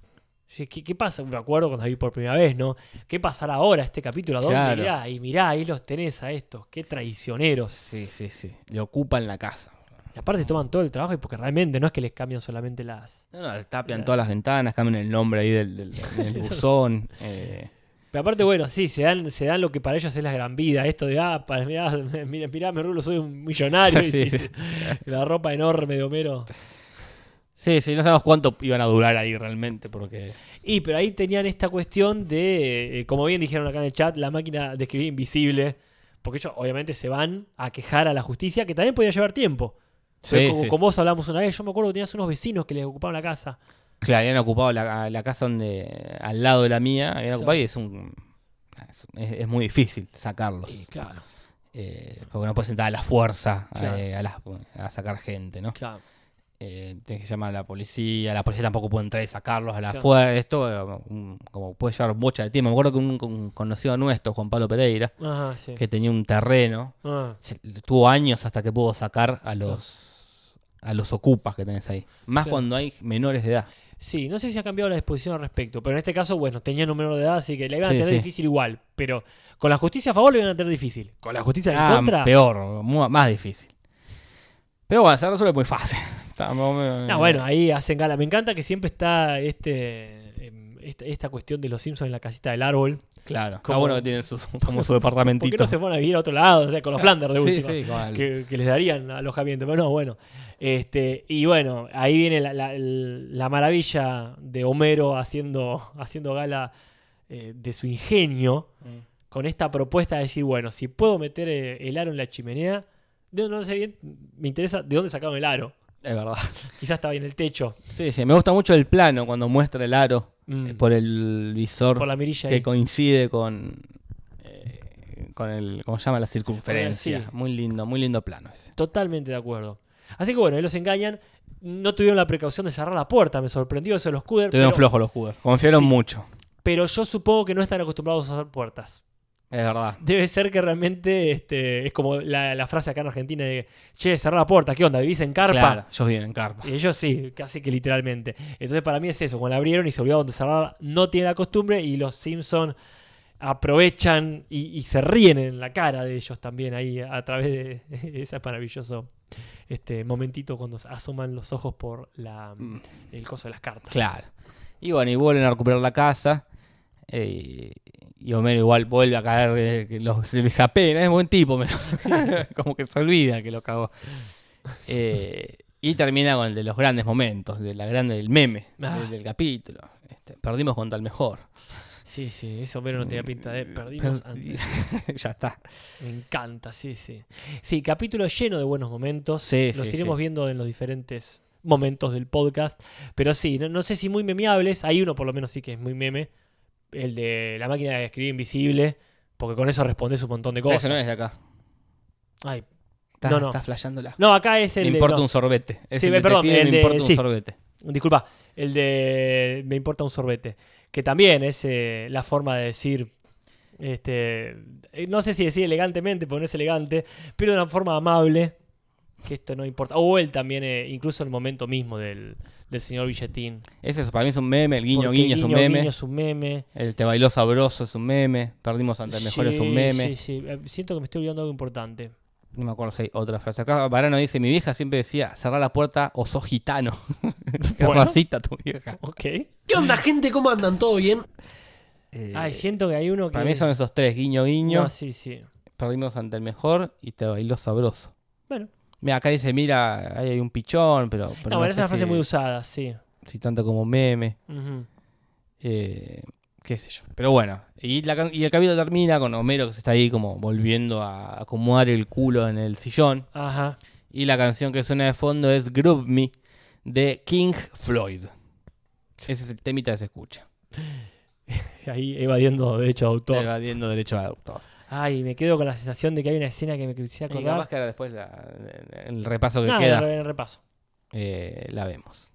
Speaker 2: Yo, ¿Qué, qué pasa? Me acuerdo cuando la vi por primera vez, ¿no? ¿Qué pasará ahora este capítulo? ¿A dónde
Speaker 3: Claro.
Speaker 2: irá? Y mirá, ahí los tenés a estos. Qué traicioneros.
Speaker 3: Sí, sí, sí. Le ocupan la casa.
Speaker 2: Y aparte toman todo el trabajo y porque realmente no es que les cambian solamente las...
Speaker 3: No, no, tapian todas las ventanas, cambian el nombre ahí del, del- del buzón. eh.
Speaker 2: Pero aparte, bueno, sí, se dan, se dan lo que para ellos es la gran vida. Esto de, ah, para, mirá, mirá, mirá, me rulo, soy un millonario. Y-
Speaker 3: Sí, sí.
Speaker 2: y La ropa enorme de Homero.
Speaker 3: Sí, sí, no sabemos cuánto iban a durar ahí realmente, porque...
Speaker 2: Y pero ahí tenían esta cuestión de, eh, como bien dijeron acá en el chat, la máquina de escribir invisible. Porque ellos obviamente se van a quejar a la justicia, que también podía llevar tiempo. Pero
Speaker 3: Sí,
Speaker 2: como,
Speaker 3: sí.
Speaker 2: con vos hablamos una vez, yo me acuerdo que tenías unos vecinos que les ocupaban la casa.
Speaker 3: Claro, habían ocupado la, la casa donde al lado de la mía, habían ocupado y es un es, es muy difícil sacarlos.
Speaker 2: Y claro,
Speaker 3: eh, porque no puedes entrar a la fuerza
Speaker 2: Claro.
Speaker 3: eh, a, las- a sacar gente, ¿no?
Speaker 2: claro.
Speaker 3: Eh, tienes que llamar a la policía, la policía tampoco puede entrar y sacarlos a la
Speaker 2: Claro.
Speaker 3: fuerza. Esto eh, un- como puede llevar mucha de tiempo. Me acuerdo que un, un conocido nuestro, Juan Pablo Pereira,
Speaker 2: Ajá, Ah, sí.
Speaker 3: que tenía un terreno,
Speaker 2: Ah.
Speaker 3: se- tuvo años hasta que pudo sacar a los a los ocupas que tenés ahí. Más
Speaker 2: Claro.
Speaker 3: cuando hay menores de edad.
Speaker 2: Sí, no sé si ha cambiado la disposición al respecto, pero en este caso, bueno, tenían un menor de edad, así que le iban
Speaker 3: Sí,
Speaker 2: a tener
Speaker 3: sí.
Speaker 2: difícil igual. Pero con la justicia a favor le iban a tener difícil. Con la justicia en
Speaker 3: Ah,
Speaker 2: contra.
Speaker 3: peor, mu- más difícil. Pero bueno, se resuelve muy fácil. Estamos, eh,
Speaker 2: No, bueno, ahí hacen gala. Me encanta que siempre está este em, esta, esta cuestión de los Simpsons en la casita del árbol.
Speaker 3: Claro, está
Speaker 2: como-
Speaker 3: bueno que tienen su famoso
Speaker 2: ¿Por qué
Speaker 3: departamentito.
Speaker 2: no se van a vivir a otro lado? O sea, con los Flanders de
Speaker 3: sí,
Speaker 2: última.
Speaker 3: sí, con el-
Speaker 2: Que, que les darían alojamiento. Pero no, bueno. Este, y bueno, ahí viene la, la- la maravilla de Homero haciendo, haciendo gala eh, de su ingenio
Speaker 3: Mm.
Speaker 2: con esta propuesta de decir, bueno, si puedo meter eh, el aro en la chimenea, no, no sé bien, me interesa de dónde sacaron el aro.
Speaker 3: Es verdad.
Speaker 2: Quizás estaba en el techo,
Speaker 3: Sí, sí, me gusta mucho el plano cuando muestra el aro
Speaker 2: Mm.
Speaker 3: eh, por el visor
Speaker 2: por la mirilla.
Speaker 3: que
Speaker 2: ahí.
Speaker 3: coincide con eh, con el ¿cómo se llama? la circunferencia.
Speaker 2: Sí.
Speaker 3: Muy lindo, muy lindo plano ese.
Speaker 2: Totalmente de acuerdo. Así que bueno, ahí los engañan. No tuvieron la precaución de cerrar la puerta, me sorprendió eso de los Cuder.
Speaker 3: Tuvieron
Speaker 2: Pero,
Speaker 3: flojos los cubos. Confiaron
Speaker 2: Sí.
Speaker 3: mucho.
Speaker 2: pero yo supongo que no están acostumbrados a cerrar puertas.
Speaker 3: Es verdad.
Speaker 2: Debe ser que realmente este, es como la, la frase acá en Argentina de, che, cerrar la puerta, ¿qué onda? ¿Vivís en carpa?
Speaker 3: Claro, ellos vienen en carpa.
Speaker 2: Y ellos sí, casi que literalmente. Entonces para mí es eso, cuando la abrieron y se olvidaron de cerrar, no tiene la costumbre y los Simpson aprovechan y, y se ríen en la cara de ellos también ahí a través de ese maravilloso este momentito cuando se asoman los ojos por la, el coso de las cartas.
Speaker 3: Claro. Y bueno, y vuelven a recuperar la casa. eh, y Homero igual vuelve a caer, eh, que los- se les apena, es buen tipo, pero como que se olvida que lo cagó. Eh, y termina con el de los grandes momentos, de la grande del meme
Speaker 2: Ah.
Speaker 3: del, del capítulo. Este, perdimos contra el mejor.
Speaker 2: Sí, sí, eso Homero no tenía pinta de perdimos
Speaker 3: Per-
Speaker 2: antes.
Speaker 3: ya está.
Speaker 2: Me encanta, sí, sí. Sí, capítulo lleno de buenos momentos.
Speaker 3: Sí,
Speaker 2: los
Speaker 3: sí,
Speaker 2: iremos
Speaker 3: sí.
Speaker 2: viendo en los diferentes momentos del podcast. Pero sí, no, no sé si muy memeables. Hay uno por lo menos sí que es muy meme. El de la máquina de escribir invisible. Porque con eso respondes un montón de cosas.
Speaker 3: Ese no es de acá.
Speaker 2: Ay,
Speaker 3: Está,
Speaker 2: no, no.
Speaker 3: está flayándola.
Speaker 2: no, acá es
Speaker 3: Me
Speaker 2: el de.
Speaker 3: importa
Speaker 2: no.
Speaker 3: un sorbete. Es
Speaker 2: Sí,
Speaker 3: el
Speaker 2: perdón,
Speaker 3: detective,
Speaker 2: el
Speaker 3: me
Speaker 2: de-
Speaker 3: importa un
Speaker 2: sí.
Speaker 3: sorbete.
Speaker 2: Disculpa, el de Me importa un sorbete. Que también es eh, la forma de decir. Este, eh, no sé si decir elegantemente, porque no es elegante, pero de una forma amable. Que esto no importa. O él también, eh, incluso el momento mismo del, del señor Billetín.
Speaker 3: Es eso, para mí es un meme, el guiño
Speaker 2: Porque
Speaker 3: guiño, es un meme.
Speaker 2: guiño es un meme.
Speaker 3: El te bailó sabroso es un meme. Perdimos ante el mejor es
Speaker 2: Sí,
Speaker 3: un meme.
Speaker 2: Sí, sí. Eh, Siento que me estoy olvidando de algo importante.
Speaker 3: No me acuerdo si hay otra frase. Acá Barano dice, mi vieja siempre decía, cerrar la puerta o sos gitano. Qué
Speaker 2: Bueno.
Speaker 3: racista tu vieja.
Speaker 2: Ok.
Speaker 5: ¿Qué onda, gente? ¿Cómo andan? ¿Todo bien?
Speaker 2: Ay, siento que hay uno que.
Speaker 3: Para mí son esos tres, guiño guiño,
Speaker 2: Eh, No, sí, sí.
Speaker 3: perdimos ante el mejor y te bailó sabroso.
Speaker 2: Bueno,
Speaker 3: Mira, acá dice, mira, ahí hay un pichón, pero, pero
Speaker 2: no, bueno, es
Speaker 3: sé
Speaker 2: una frase
Speaker 3: si-
Speaker 2: muy usada, sí.
Speaker 3: si tanto como meme.
Speaker 2: Ujú.
Speaker 3: eh, qué sé yo. Pero bueno, y, la can- y el capítulo termina con Homero que se está ahí como volviendo a acomodar el culo en el sillón.
Speaker 2: Ajá.
Speaker 3: Y la canción que suena de fondo es Groove Me de King Floyd. Ese es el temita que se escucha.
Speaker 2: Ahí evadiendo derecho de autor.
Speaker 3: Evadiendo derecho a autor.
Speaker 2: Ay, me quedo con la sensación de que hay una escena que me quisiera
Speaker 3: Y capaz
Speaker 2: acordar.
Speaker 3: que ahora después la- el repaso que
Speaker 2: No,
Speaker 3: queda
Speaker 2: en el repaso.
Speaker 3: eh, la vemos.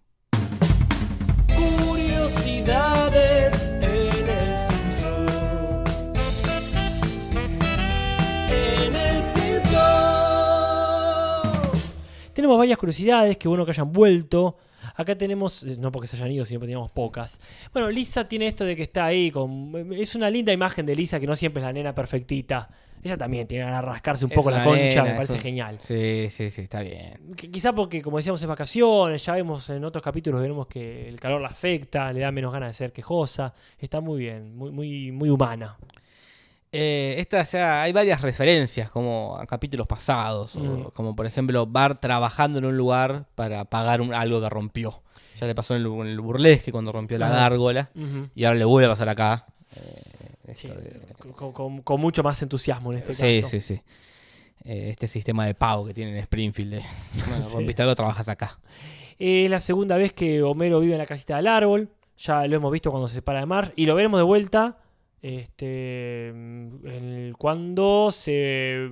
Speaker 1: Curiosidades en el Simpson. En el Simpson.
Speaker 2: Tenemos varias curiosidades, que bueno que hayan vuelto. Acá tenemos, eh, no porque se hayan ido, sino porque teníamos pocas. Bueno, Lisa tiene esto de que está ahí con... Es una linda imagen de Lisa, que no siempre es la nena perfectita. Ella también tiene ganas de rascarse un
Speaker 3: Es
Speaker 2: poco la
Speaker 3: una
Speaker 2: concha,
Speaker 3: nena,
Speaker 2: me
Speaker 3: es
Speaker 2: parece
Speaker 3: un-
Speaker 2: genial.
Speaker 3: Sí, sí, sí, está bien.
Speaker 2: Qu- Quizá porque, como decíamos, es vacaciones, ya vemos en otros capítulos, veremos que el calor la afecta, le da menos ganas de ser quejosa. Está muy bien, muy, muy, muy humana.
Speaker 3: Eh, esta ya hay varias referencias como a capítulos pasados, o
Speaker 2: Mm.
Speaker 3: como por ejemplo Bart trabajando en un lugar para pagar un- algo que rompió. Ya le pasó en el, en el burlesque cuando rompió la
Speaker 2: Ajá.
Speaker 3: gárgola
Speaker 2: Ujú.
Speaker 3: y ahora le vuelve a pasar acá. Eh,
Speaker 2: Sí,
Speaker 3: esto de-
Speaker 2: con, con- con mucho más entusiasmo en este
Speaker 3: sí,
Speaker 2: caso.
Speaker 3: sí, sí. Eh, este sistema de pago que tienen en Springfield. eh. de, bueno,
Speaker 2: Sí.
Speaker 3: rompiste algo, trabajas acá.
Speaker 2: Es la segunda vez que Homero vive en la casita del árbol. Ya lo hemos visto cuando se separa de Marge. Y lo veremos de vuelta. Este. en el- cuando se.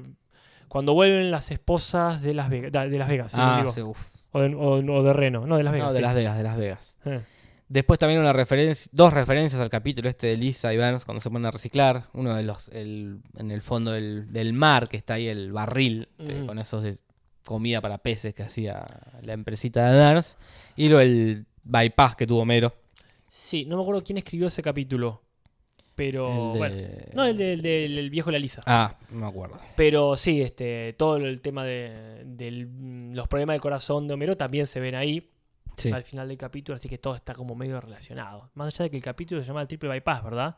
Speaker 2: Cuando vuelven las esposas de Las Vegas. De Las Vegas, sí,
Speaker 3: ah,
Speaker 2: digo.
Speaker 3: sí, uf.
Speaker 2: O, de, o- o de Reno. No, de Las Vegas.
Speaker 3: No, de
Speaker 2: sí.
Speaker 3: Las Vegas, de Las Vegas.
Speaker 2: Eh.
Speaker 3: Después también una referencia, dos referencias al capítulo este de Lisa y Burns cuando se ponen a reciclar. Uno de los, el- en el fondo del, del mar que está ahí el barril de-
Speaker 2: Ujú.
Speaker 3: con esos de comida para peces que hacía la empresita de Burns. Y lo el bypass que tuvo Mero.
Speaker 2: Sí, no me acuerdo quién escribió ese capítulo.
Speaker 3: Oh,
Speaker 2: Pero. bueno. No, el de- el del viejo y la Lisa.
Speaker 3: Ah, no me acuerdo.
Speaker 2: Pero sí, este, todo el tema de del- los problemas del corazón de Homero también se ven ahí.
Speaker 3: Sí.
Speaker 2: al final del capítulo, así que todo está como medio relacionado. Más allá de que el capítulo se llama el triple bypass, ¿verdad?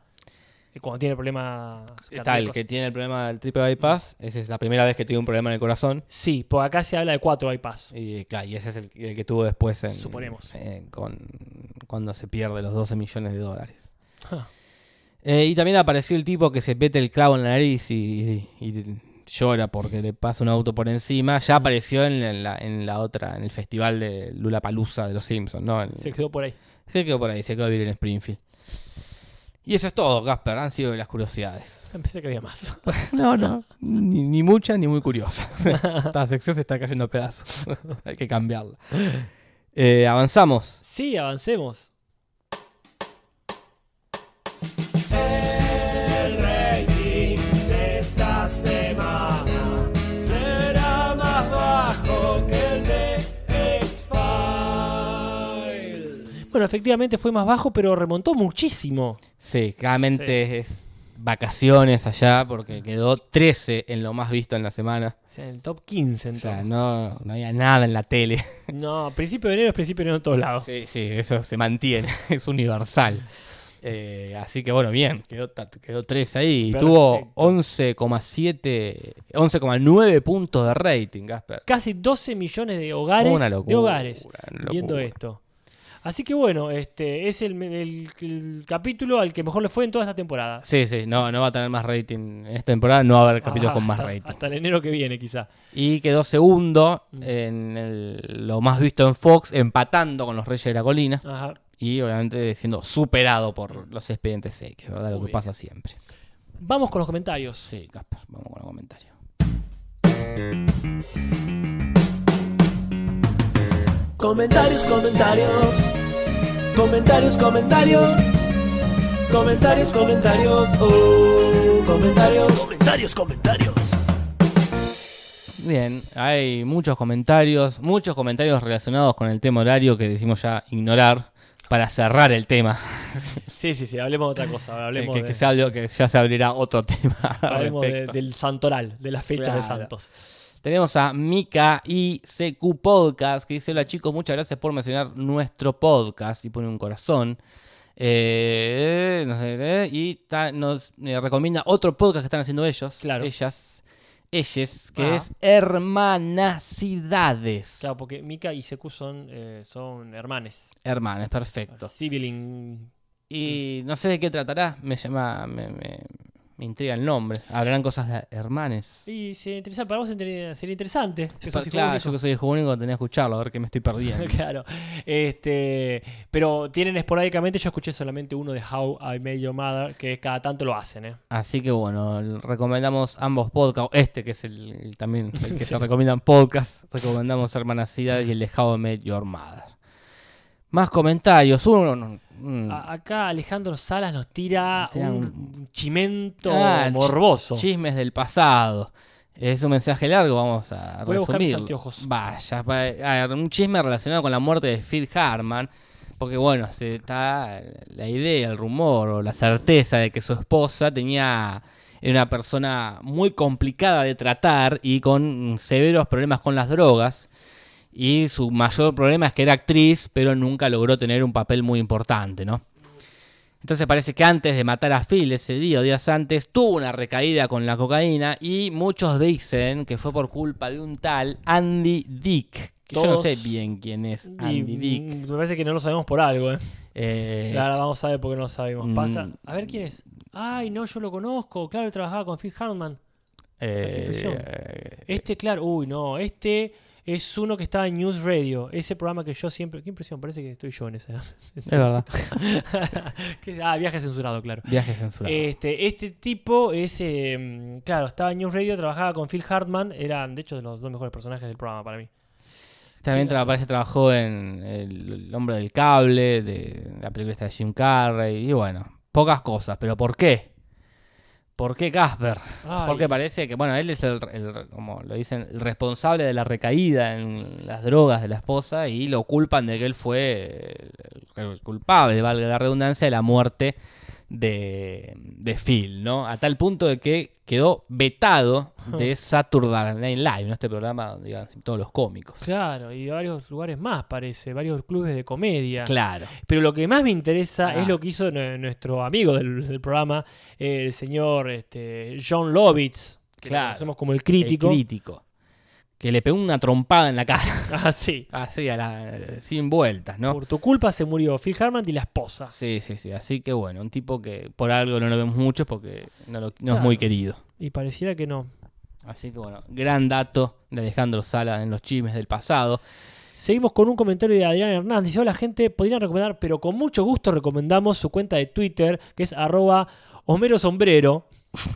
Speaker 2: Eh, Cuando tiene problemas
Speaker 3: Está el
Speaker 2: cardíacos.
Speaker 3: que tiene el problema del triple bypass. Esa es la primera vez que tiene un problema en el corazón.
Speaker 2: Sí, por acá se habla de cuatro bypass.
Speaker 3: Y claro, y ese es el, el que tuvo después en,
Speaker 2: Suponemos.
Speaker 3: eh, con, cuando se pierde los 12 millones de dólares.
Speaker 2: Ah.
Speaker 3: Eh, y también apareció el tipo que se mete el clavo en la nariz y, y- y llora porque le pasa un auto por encima. Ya apareció en la, en la- en la otra, en el festival de Lula Palusa de los Simpsons, ¿no? En-
Speaker 2: Se quedó por ahí.
Speaker 3: Se quedó por ahí, se quedó a vivir en Springfield. Y eso es todo, Gasper. Han sido las curiosidades.
Speaker 2: Pensé que había más.
Speaker 3: No, no. Ni, ni mucha ni muy curiosa. Esta sección se está cayendo a pedazos. Hay que cambiarla. Eh, avanzamos.
Speaker 2: sí, avancemos.
Speaker 1: El rating de esta semana será más bajo que el de X-Files.
Speaker 2: Bueno, efectivamente fue más bajo, pero remontó muchísimo.
Speaker 3: Sí, claramente es vacaciones allá porque quedó 13 en lo más visto en la semana.
Speaker 2: O sea, en el top 15
Speaker 3: O sea,
Speaker 2: entonces.
Speaker 3: no, no había nada en la tele.
Speaker 2: no... principio de enero es principio de enero en todos lados.
Speaker 3: Sí, sí, eso se mantiene. Es universal. Eh, así que bueno, bien, quedó, ta- quedó 13 ahí y tuvo
Speaker 2: Perfecto.
Speaker 3: 11,7, 11,9 puntos de rating, Gasper.
Speaker 2: Casi 12 millones de hogares,
Speaker 3: Una locura,
Speaker 2: de hogares
Speaker 3: una
Speaker 2: viendo
Speaker 3: locura.
Speaker 2: esto. Así que bueno, este es el, el- el capítulo al que mejor le fue en toda esta temporada.
Speaker 3: Sí, sí, no, no va a tener más rating en esta temporada, no va a haber capítulos
Speaker 2: Ah,
Speaker 3: con más
Speaker 2: hasta-
Speaker 3: rating.
Speaker 2: Hasta el enero que viene, quizá.
Speaker 3: Y quedó segundo
Speaker 2: Mm.
Speaker 3: en el- lo más visto en Fox, empatando con los Reyes de la Colina
Speaker 2: Ajá.
Speaker 3: y obviamente siendo superado
Speaker 2: Mm.
Speaker 3: por los expedientes X, ¿verdad? Lo
Speaker 2: Muy bien.
Speaker 3: que pasa siempre.
Speaker 2: Vamos con los comentarios.
Speaker 3: Sí, Casper, vamos con el comentario.
Speaker 5: Comentarios.
Speaker 1: Comentarios, comentarios. Comentarios, comentarios. Comentarios, comentarios. Oh, comentarios. Comentarios, comentarios.
Speaker 3: Bien, hay muchos comentarios, muchos comentarios relacionados con el tema horario que decimos ya ignorar para cerrar el tema.
Speaker 2: Sí, sí, sí, hablemos de otra cosa. Hablemos,
Speaker 3: que, que
Speaker 2: de-
Speaker 3: se hable- que ya se abrirá otro tema. al
Speaker 2: hablemos de-
Speaker 3: respecto.
Speaker 2: del santoral, de las fechas de
Speaker 3: Claro.
Speaker 2: santos.
Speaker 3: Tenemos a Mika y CQ Podcast que dice: Hola chicos, muchas gracias por mencionar nuestro podcast y pone un corazón. Eh, no sé, eh, y ta- nos eh, recomienda otro podcast que están haciendo ellos,
Speaker 2: Claro.
Speaker 3: ellas, ellas, que
Speaker 2: Ah.
Speaker 3: es Hermanacidades.
Speaker 2: Claro, porque Mika y Seku son, eh, son hermanes.
Speaker 3: Hermanas, perfecto.
Speaker 2: Sibling.
Speaker 3: Y no sé de qué tratará, me llama, me, me- me intriga el nombre. Hablarán cosas de hermanes.
Speaker 2: Y sería interesante, para vos sería sería interesante. que
Speaker 3: Pa-
Speaker 2: sos hijo
Speaker 3: claro,
Speaker 2: único.
Speaker 3: yo que soy hijo único tenía que escucharlo, a ver qué me estoy perdiendo.
Speaker 2: Claro. Este, pero tienen esporádicamente, yo escuché solamente uno de How I Made Your Mother, que cada tanto lo hacen, ¿eh?
Speaker 3: Así que bueno, l- recomendamos ambos podcasts. Este que es el, el también el que se recomiendan podcasts. Recomendamos Hermanacidad y el de How I Met Your Mother. Más comentarios. Uno, no, mm,
Speaker 2: A- acá Alejandro Salas nos tira
Speaker 3: Tira
Speaker 2: un,
Speaker 3: un-
Speaker 2: un chimento
Speaker 3: Ah, chi-
Speaker 2: morboso.
Speaker 3: chismes del pasado. Es un mensaje largo, vamos a
Speaker 2: Voy a buscar mis
Speaker 3: resumirlo.
Speaker 2: anteojos.
Speaker 3: Vaya, pa- a ver, un chisme relacionado con la muerte de Phil Harman. Porque bueno, se está la idea, el rumor o la certeza de que su esposa tenía era una persona muy complicada de tratar y con severos problemas con las drogas. Y su mayor problema es que era actriz, pero nunca logró tener un papel muy importante, ¿no? Entonces parece que antes de matar a Phil ese día o días antes, tuvo una recaída con la cocaína y muchos dicen que fue por culpa de un tal Andy Dick. Que yo no
Speaker 2: Todos-
Speaker 3: sé bien quién es
Speaker 2: Y,
Speaker 3: Andy Dick.
Speaker 2: mm, me parece que no lo sabemos por algo, ¿eh?
Speaker 3: Eh,
Speaker 2: Ahora vamos a ver por qué no lo sabemos.
Speaker 3: Mm.
Speaker 2: Pasa. A ver quién es. Ay, no, yo lo conozco. Claro, él trabajaba con Phil Hartman.
Speaker 3: eh,
Speaker 2: qué impresión. Este, claro, uy, no, este es uno que estaba en News Radio, ese programa que yo siempre, qué impresión, parece que estoy yo en ese.
Speaker 3: es verdad.
Speaker 2: Que- ah, viaje censurado, claro.
Speaker 3: Viaje censurado.
Speaker 2: Este, este tipo es, eh, mm, claro, estaba en News Radio, trabajaba con Phil Hartman, eran de hecho de los dos mejores personajes del programa para mí.
Speaker 3: También tra- parece que trabajó en el, El Hombre del Cable, de la película esta de Jim Carrey, y bueno, pocas cosas. Pero ¿por qué? ¿Por qué Casper?
Speaker 2: Ay.
Speaker 3: Porque parece que, bueno, él es el, el- como lo dicen, el responsable de la recaída en las drogas de la esposa y lo culpan de que él fue el, el culpable, valga la redundancia, de la muerte de, de Phil, ¿no? A tal punto de que quedó vetado de Saturday Night Live, ¿no? Este programa donde iban todos los cómicos.
Speaker 2: Claro, y de varios lugares más parece, varios clubes de comedia.
Speaker 3: Claro.
Speaker 2: Pero lo que más me interesa
Speaker 3: Ah.
Speaker 2: es lo que hizo nue- nuestro amigo del, del programa, eh, el señor este, John Lovitz, que
Speaker 3: Claro.
Speaker 2: lo conocemos como el
Speaker 3: El
Speaker 2: crítico.
Speaker 3: crítico. Que le pegó una trompada en la cara.
Speaker 2: Ah, sí.
Speaker 3: Así, a la, sin vueltas, ¿no?
Speaker 2: Por tu culpa se murió Phil Hartman y la esposa.
Speaker 3: Sí, sí, sí. Así que bueno, un tipo que por algo no lo vemos mucho porque no, lo- no
Speaker 2: Claro.
Speaker 3: es muy querido.
Speaker 2: Y pareciera que no.
Speaker 3: Así que bueno, gran dato de Alejandro Sala en los chismes del pasado.
Speaker 2: Seguimos con un comentario de Adrián Hernández. Dice, hola gente, podrían recomendar, pero con mucho gusto recomendamos su cuenta de Twitter, que es arroba Homero Sombrero.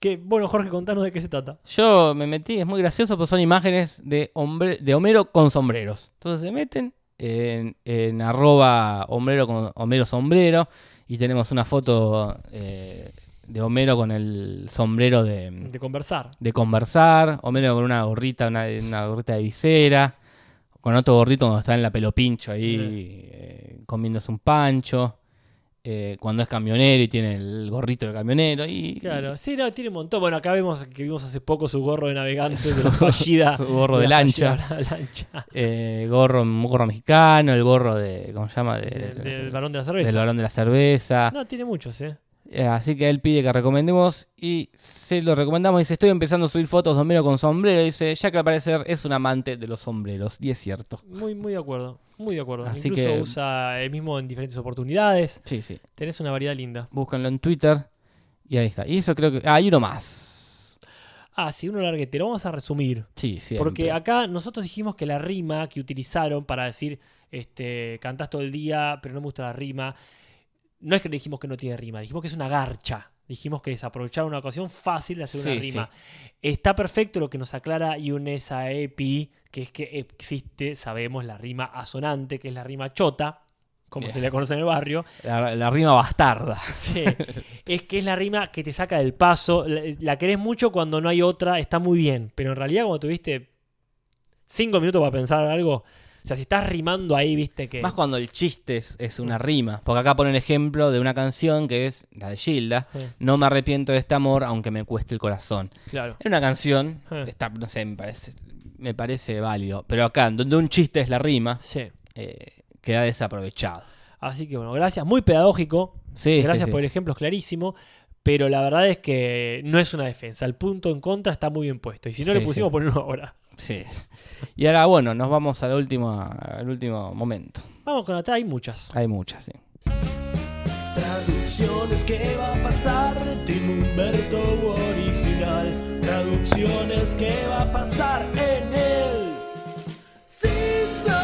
Speaker 2: Que, bueno, Jorge, contanos de qué se trata.
Speaker 3: Yo me metí, es muy gracioso, porque son imágenes de, hombre, de Homero con sombreros. Entonces se meten en, en arroba Homero con Homero sombrero y tenemos una foto eh, de Homero con el sombrero de,
Speaker 2: De conversar.
Speaker 3: de conversar, Homero con una gorrita, una, una gorrita de visera, con otro gorrito cuando está en la pelopincho ahí eh, comiéndose un pancho, eh, cuando es camionero y tiene el gorrito de camionero y
Speaker 2: Claro, sí, no, tiene un montón. Bueno, acá vemos que vimos hace poco su gorro de navegante, de la fallida.
Speaker 3: Su gorro de
Speaker 2: la fallida lancha.
Speaker 3: eh, gorro, un gorro mexicano, el gorro de, ¿cómo se llama? De-
Speaker 2: Del,
Speaker 3: del
Speaker 2: del varón de la
Speaker 3: del
Speaker 2: cerveza.
Speaker 3: varón de la cerveza.
Speaker 2: No, tiene muchos, ¿eh?
Speaker 3: Eh, Así que él pide que recomendemos y se lo recomendamos. Dice, estoy empezando a subir fotos de Homero con sombrero. Dice, ya que al parecer es un amante de los sombreros. Y es cierto.
Speaker 2: Muy, muy de acuerdo. Muy de acuerdo.
Speaker 3: Así
Speaker 2: Incluso
Speaker 3: que-
Speaker 2: usa el mismo en diferentes oportunidades.
Speaker 3: Sí, sí.
Speaker 2: Tenés una variedad linda.
Speaker 3: Búscanlo en Twitter. Y ahí está. Y eso creo que. Ah, hay uno más.
Speaker 2: Ah, sí, uno larguete. Lo vamos a resumir.
Speaker 3: Sí, sí.
Speaker 2: Porque acá nosotros dijimos que la rima que utilizaron para decir, este, cantás todo el día, pero no me gusta la rima. No es que le dijimos que no tiene rima, dijimos que es una garcha. Dijimos que desaprovecharon una ocasión fácil de hacer una
Speaker 3: Sí,
Speaker 2: rima. Está perfecto lo que nos aclara Yunesa Epi, que es que existe, sabemos, la rima asonante, que es la rima chota, como
Speaker 3: Bien.
Speaker 2: se le conoce en el barrio.
Speaker 3: La, la rima bastarda.
Speaker 2: Sí, es que es la rima que te saca del paso. La, la querés mucho cuando no hay otra, está muy bien. Pero en realidad, cuando tuviste cinco minutos para pensar algo, o sea, si estás rimando ahí, viste que.
Speaker 3: Más cuando el chiste es, es una rima. Porque acá pone el ejemplo de una canción que es la de Gilda.
Speaker 2: Sí,
Speaker 3: No me arrepiento de este amor, aunque me cueste el corazón.
Speaker 2: Claro.
Speaker 3: Era una canción,
Speaker 2: Ah.
Speaker 3: está, no sé, me parece, me parece válido. Pero acá, donde un chiste es la rima,
Speaker 2: Sí.
Speaker 3: eh, queda desaprovechado.
Speaker 2: Así que bueno, gracias. Muy pedagógico.
Speaker 3: Sí,
Speaker 2: gracias
Speaker 3: sí, sí.
Speaker 2: por el ejemplo, es clarísimo. Pero la verdad es que no es una defensa. El punto en contra está muy bien puesto. Y si no
Speaker 3: Sí,
Speaker 2: le pusimos,
Speaker 3: sí.
Speaker 2: ponerlo ahora.
Speaker 3: Sí. Y ahora, bueno, nos vamos al último, al último momento.
Speaker 2: Vamos con atrás, hay muchas.
Speaker 3: Hay muchas, sí.
Speaker 1: Traducciones que va a pasar de Tim Humberto original. Traducciones que va a pasar en el Simpson.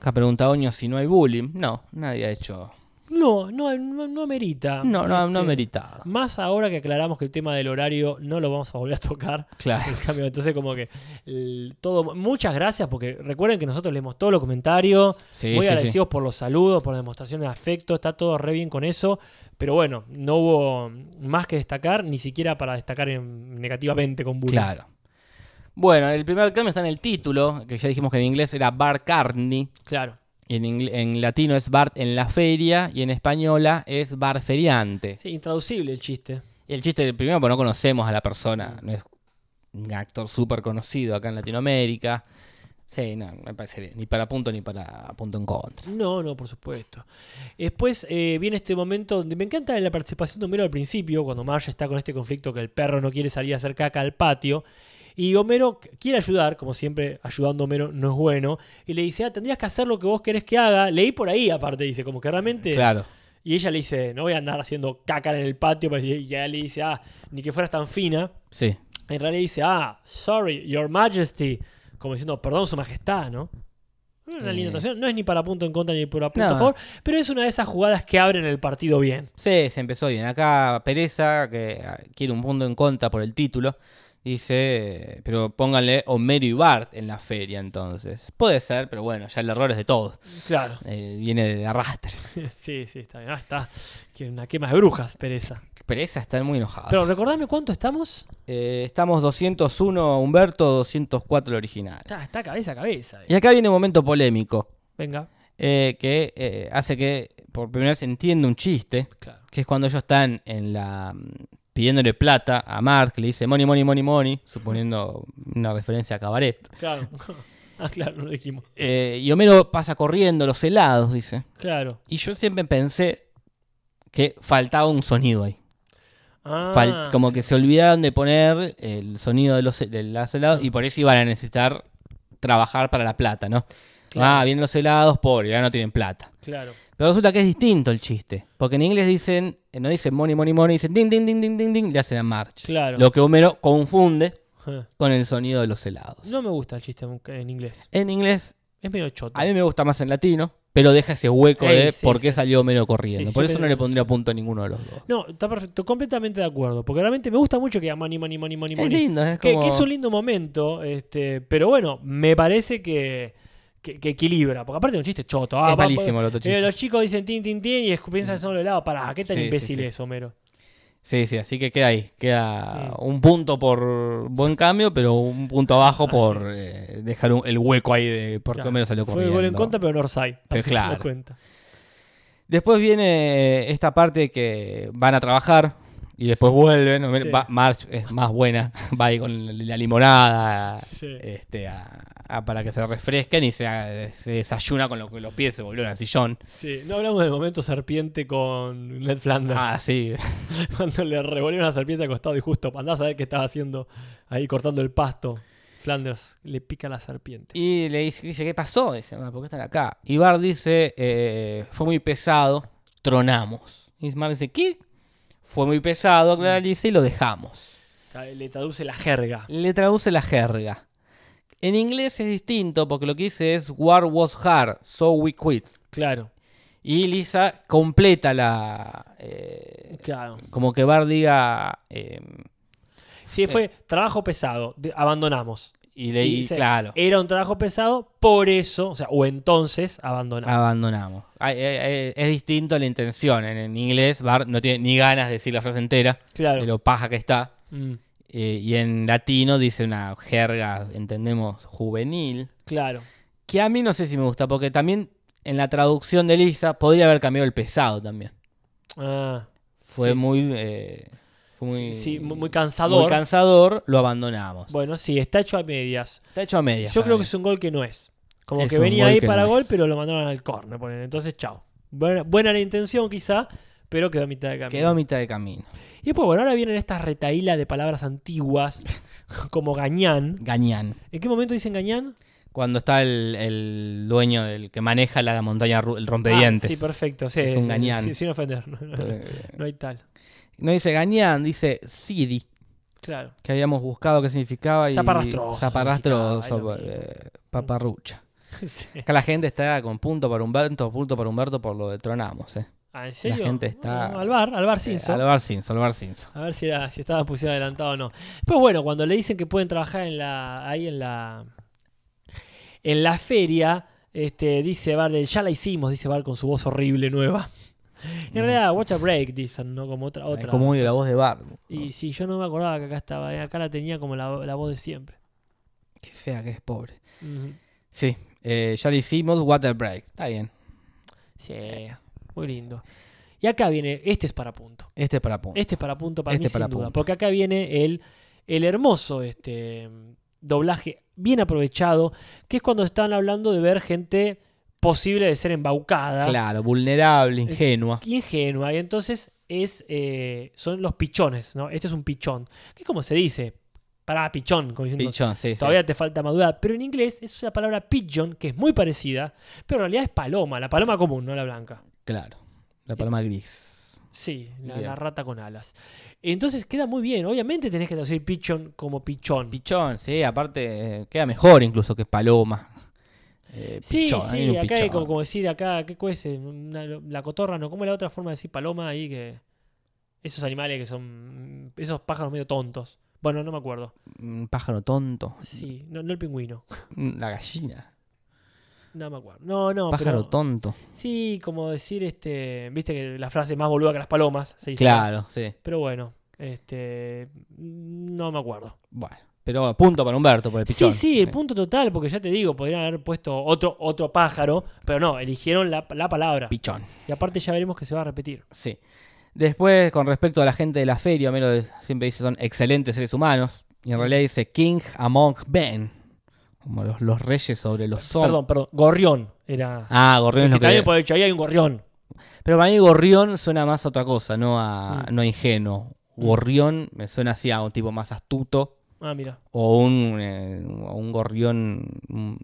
Speaker 3: Acá pregunta Oño si no hay bullying. No, nadie ha hecho.
Speaker 2: No, no, no, no amerita.
Speaker 3: No, no, no ha
Speaker 2: Este,
Speaker 3: meritado.
Speaker 2: Más ahora que aclaramos que el tema del horario no lo vamos a volver a tocar.
Speaker 3: Claro.
Speaker 2: En cambio, entonces como que el- todo, muchas gracias porque recuerden que nosotros leemos todos los comentarios,
Speaker 3: Sí,
Speaker 2: muy
Speaker 3: sí,
Speaker 2: agradecidos por los saludos, por la demostración de afecto, está todo re bien con eso, pero bueno, no hubo más que destacar, ni siquiera para destacar en- negativamente con bullying.
Speaker 3: Claro. Bueno, el primer cambio está en el título, que ya dijimos que en inglés era Bar Carney.
Speaker 2: Claro.
Speaker 3: y en, ingle- en latino es Bart en la feria y en española es Bar feriante.
Speaker 2: Sí, intraducible el chiste.
Speaker 3: El chiste del primero, porque no conocemos a la persona, no es un actor súper conocido acá en Latinoamérica. Sí, no, me parece bien, ni para punto ni para punto en contra.
Speaker 2: No, no, por supuesto. Después eh, viene este momento donde me encanta la participación de Homero al principio, cuando Marge está con este conflicto que el perro no quiere salir a hacer caca al patio. Y Homero qu- quiere ayudar, como siempre, ayudando a Homero no es bueno. Y le dice, ah, tendrías que hacer lo que vos querés que haga. Leí por ahí, aparte, dice, como que realmente.
Speaker 3: Claro,
Speaker 2: Y ella le dice, no voy a andar haciendo caca en el patio. pero- Y ella le dice, ah, ni que fueras tan fina.
Speaker 3: sí.
Speaker 2: En realidad dice, ah, sorry, your majesty. Como diciendo, perdón, su majestad, ¿no? Una linda
Speaker 3: Eh.
Speaker 2: actuación. No es ni para punto en contra ni para punto
Speaker 3: No.
Speaker 2: a favor, pero es una de esas jugadas que abren el partido bien.
Speaker 3: Sí, se empezó bien. Acá Pereza, que ah, quiere un punto en contra por el título, dice, pero pónganle Homero y Bart en la feria entonces. Puede ser, pero bueno, ya el error es de todos.
Speaker 2: Claro.
Speaker 3: Eh, viene de arrastre.
Speaker 2: sí, sí, está bien. Ah, está. Que una quema de brujas, pereza.
Speaker 3: Pereza está muy enojado.
Speaker 2: Pero recordame cuánto estamos.
Speaker 3: Eh, estamos 201 Humberto, 204 el original.
Speaker 2: Está, está cabeza a cabeza. eh.
Speaker 3: Y acá viene un momento polémico
Speaker 2: Venga.
Speaker 3: eh, que eh, hace que por primera vez se entienda un chiste,
Speaker 2: Claro.
Speaker 3: que es cuando ellos están en la mm, pidiéndole plata a Mark, que le dice money, money, money, money, suponiendo una referencia a Cabaret.
Speaker 2: Claro. ah, claro, no lo dijimos.
Speaker 3: Eh, y Homero pasa corriendo los helados, dice.
Speaker 2: Claro.
Speaker 3: Y yo siempre pensé que faltaba un sonido ahí.
Speaker 2: Ah,
Speaker 3: Fal- como que se olvidaron de poner el sonido de los, de los helados y por eso iban a necesitar trabajar para la plata, ¿no?
Speaker 2: Claro.
Speaker 3: Ah, vienen los helados, pobre, ya no tienen plata.
Speaker 2: Claro.
Speaker 3: Pero resulta que es distinto el chiste. Porque en inglés dicen, eh, no dicen money, money, money, dicen ding, ding, ding, ding, ding, ding, le hacen a March.
Speaker 2: Claro.
Speaker 3: Lo que Homero confunde
Speaker 2: Ah.
Speaker 3: con el sonido de los helados.
Speaker 2: No me gusta el chiste en- en inglés.
Speaker 3: En inglés,
Speaker 2: Es medio choto.
Speaker 3: a mí me gusta más en latino, pero deja ese hueco
Speaker 2: Ey,
Speaker 3: de
Speaker 2: sí,
Speaker 3: por qué
Speaker 2: sí.
Speaker 3: salió Homero corriendo.
Speaker 2: Sí,
Speaker 3: por
Speaker 2: yo
Speaker 3: eso
Speaker 2: me-
Speaker 3: no le pondría punto a ninguno de los dos.
Speaker 2: No, está perfecto, completamente de acuerdo. Porque realmente me gusta mucho que haga money, money, money, money,
Speaker 3: Es
Speaker 2: money.
Speaker 3: lindo, es
Speaker 2: Que,
Speaker 3: como...
Speaker 2: que es un lindo momento, este, pero bueno, me parece que, que, que equilibra. Porque aparte es un chiste choto. Ah,
Speaker 3: Es
Speaker 2: va-
Speaker 3: malísimo el otro
Speaker 2: eh,
Speaker 3: chiste. Mm.
Speaker 2: los chicos dicen tin, tin, tin y escu- piensan que son los helados. Pará, ¿qué tan
Speaker 3: Sí, sí,
Speaker 2: imbécil
Speaker 3: sí.
Speaker 2: es Homero?
Speaker 3: Sí, sí, así que queda ahí. Queda
Speaker 2: Sí.
Speaker 3: un punto por buen cambio, pero un punto abajo por eh, dejar un- el hueco ahí de por qué
Speaker 2: Ah, Claro.
Speaker 3: Homero salió
Speaker 2: Fue
Speaker 3: corriendo.
Speaker 2: gol en contra, pero no offside.
Speaker 3: Pero
Speaker 2: así que te das
Speaker 3: claro.
Speaker 2: cuenta.
Speaker 3: Después viene esta parte que van a trabajar y después vuelven.
Speaker 2: Sí.
Speaker 3: Va- Marge es más buena, va ahí con la limonada
Speaker 2: Sí.
Speaker 3: este, a- a- para que se refresquen y se, se desayuna con lo que los pies se volvieron al sillón.
Speaker 2: Sí, no hablamos del momento serpiente con Ned Flanders.
Speaker 3: Ah, sí.
Speaker 2: Cuando le revolvió una serpiente acostado y justo andá a saber qué estaba haciendo ahí cortando el pasto. Flanders le pica la serpiente.
Speaker 3: Y le dice, dice, ¿qué pasó? Dice, "Ah, ¿por qué están acá? Y Bart dice, eh, fue muy pesado, tronamos. Y Bart dice, ¿qué? Fue muy pesado, claro, dice, y lo dejamos.
Speaker 2: Le traduce la jerga.
Speaker 3: Le traduce la jerga. En inglés es distinto porque lo que dice es, War was hard, so we quit.
Speaker 2: Claro.
Speaker 3: Y Lisa completa la. eh,
Speaker 2: Claro.
Speaker 3: como que Bart diga. eh,
Speaker 2: Sí, fue trabajo pesado, de- abandonamos.
Speaker 3: y le
Speaker 2: Y
Speaker 3: y
Speaker 2: dice, "Eh,
Speaker 3: claro,
Speaker 2: Era un trabajo pesado, por eso, o sea, o entonces abandonamos.
Speaker 3: abandonamos. Ay, ay, ay, es distinto la intención. En, en inglés, Bart no tiene ni ganas de decir la frase entera
Speaker 2: claro.
Speaker 3: de lo paja que está.
Speaker 2: Mm,
Speaker 3: Eh, y en latino dice una jerga, entendemos, juvenil.
Speaker 2: claro.
Speaker 3: Que a mí no sé si me gusta, porque también en la traducción de Lisa podría haber cambiado el pesado también.
Speaker 2: Ah,
Speaker 3: Fue
Speaker 2: sí.
Speaker 3: muy. eh, fue muy,
Speaker 2: Sí, sí, muy- muy cansador.
Speaker 3: Muy cansador, lo abandonamos.
Speaker 2: Bueno, sí, está hecho a medias.
Speaker 3: Está hecho a media.
Speaker 2: Yo creo que es un gol que no es. Como
Speaker 3: Es
Speaker 2: que
Speaker 3: un
Speaker 2: venía
Speaker 3: gol
Speaker 2: ahí
Speaker 3: que
Speaker 2: para
Speaker 3: no
Speaker 2: gol,
Speaker 3: es.
Speaker 2: pero lo mandaron al córner. ponen. Entonces, chao. Buena, buena la intención, quizá, pero quedó a mitad de camino.
Speaker 3: Quedó a mitad de camino.
Speaker 2: Y pues, bueno, ahora vienen estas retaílas de palabras antiguas, como gañán.
Speaker 3: Gañán.
Speaker 2: ¿En qué momento dicen gañán?
Speaker 3: Cuando está el, el dueño del que maneja la montaña, ru- el
Speaker 2: Ah,
Speaker 3: rompedientes.
Speaker 2: sí, perfecto. sí,
Speaker 3: Es un
Speaker 2: sí,
Speaker 3: gañán.
Speaker 2: sí, sin ofender. No, no, no,
Speaker 3: Eh,
Speaker 2: no hay tal.
Speaker 3: No dice Gañán, dice Sidi,
Speaker 2: Claro.
Speaker 3: que habíamos buscado qué significaba. Y...
Speaker 2: Zaparrastroso
Speaker 3: Zaparrastroso,
Speaker 2: significaba, es lo
Speaker 3: eh, paparrucha.
Speaker 2: Sí.
Speaker 3: Acá la gente está con punto para Humberto, punto para Humberto por lo de Tronamos, eh.
Speaker 2: Ah, ¿en serio?
Speaker 3: gente está-
Speaker 2: No, al bar, al bar Simpson.
Speaker 3: Eh, Alvar Simpson, Alvar Simpson.
Speaker 2: A ver si, era, si estaba pusiendo adelantado o no. Pues bueno, cuando le dicen que pueden trabajar en la, ahí en la, en la feria, este, dice Bar, ya la hicimos, dice Bar con su voz horrible nueva. En realidad, watch a break, dicen, ¿no? Como otra.
Speaker 3: Mm. Es
Speaker 2: otra.
Speaker 3: como muy de la voz de Bart.
Speaker 2: Y sí, yo no me acordaba que acá estaba, eh, acá la tenía como la, la voz de siempre.
Speaker 3: Qué fea que es, pobre.
Speaker 2: Ujú.
Speaker 3: Sí, eh, ya le hicimos Water Break. Está bien.
Speaker 2: Sí, muy lindo. Y acá viene, este es para punto.
Speaker 3: Este es para punto.
Speaker 2: Este es para punto para
Speaker 3: Este
Speaker 2: mí,
Speaker 3: para
Speaker 2: sin duda.
Speaker 3: punto.
Speaker 2: Porque acá viene el, el hermoso este, doblaje bien aprovechado, que es cuando están hablando de ver gente posible de ser embaucada,
Speaker 3: Claro, vulnerable, ingenua.
Speaker 2: ingenua. Y entonces es, eh, son los pichones, ¿no? Este es un pichón. Que es como se dice, para pichón, como diciendo,
Speaker 3: Pichón, sí, sí.
Speaker 2: todavía te falta madurar. Pero en inglés es la palabra pigeon, que es muy parecida, pero en realidad es paloma, la paloma común, no la blanca.
Speaker 3: Claro. La paloma gris.
Speaker 2: Sí, la,
Speaker 3: Bien.
Speaker 2: la rata con alas. Entonces queda muy bien. Obviamente tenés que traducir pichón como pichón.
Speaker 3: Pichón, sí, aparte eh, queda mejor incluso que paloma. Eh,
Speaker 2: sí,
Speaker 3: pichón, hay
Speaker 2: sí,
Speaker 3: un
Speaker 2: acá hay
Speaker 3: pichón.
Speaker 2: como, como decir acá, ¿qué cuece? Una- la cotorra, ¿no? ¿Cómo es la otra forma de decir paloma ahí que... Esos animales que son... Esos pájaros medio tontos. Bueno, no me acuerdo.
Speaker 3: Un pájaro tonto.
Speaker 2: Sí, no, no el pingüino.
Speaker 3: La gallina.
Speaker 2: No me acuerdo. No, no.
Speaker 3: pájaro
Speaker 2: pero-
Speaker 3: tonto.
Speaker 2: Sí, como decir este... Viste que la frase es más boluda que las palomas. se dice.
Speaker 3: Claro, sí.
Speaker 2: Pero bueno, este... No me acuerdo.
Speaker 3: Bueno. Pero punto para Humberto por el pichón. Eh,
Speaker 2: Sí, sí, el punto total, porque ya te digo, podrían haber puesto otro, otro pájaro, pero no, eligieron la, la palabra.
Speaker 3: Pichón.
Speaker 2: Y aparte ya veremos que se va a repetir.
Speaker 3: Sí. Después, con respecto a la gente de la feria, Homero de- siempre dice son excelentes seres humanos. Y en realidad dice King among men. Como los, los reyes sobre los hombres.
Speaker 2: Perdón, perdón, gorrión era.
Speaker 3: Ah, Gorrión es
Speaker 2: que
Speaker 3: lo que-
Speaker 2: también por hecho, ahí hay un gorrión.
Speaker 3: Pero para mí Gorrión suena más a otra cosa, no a,
Speaker 2: Mm.
Speaker 3: no a ingenuo. Gorrión me suena así a un tipo más astuto
Speaker 2: Ah, mira.
Speaker 3: o un, eh, o un gorrión mm,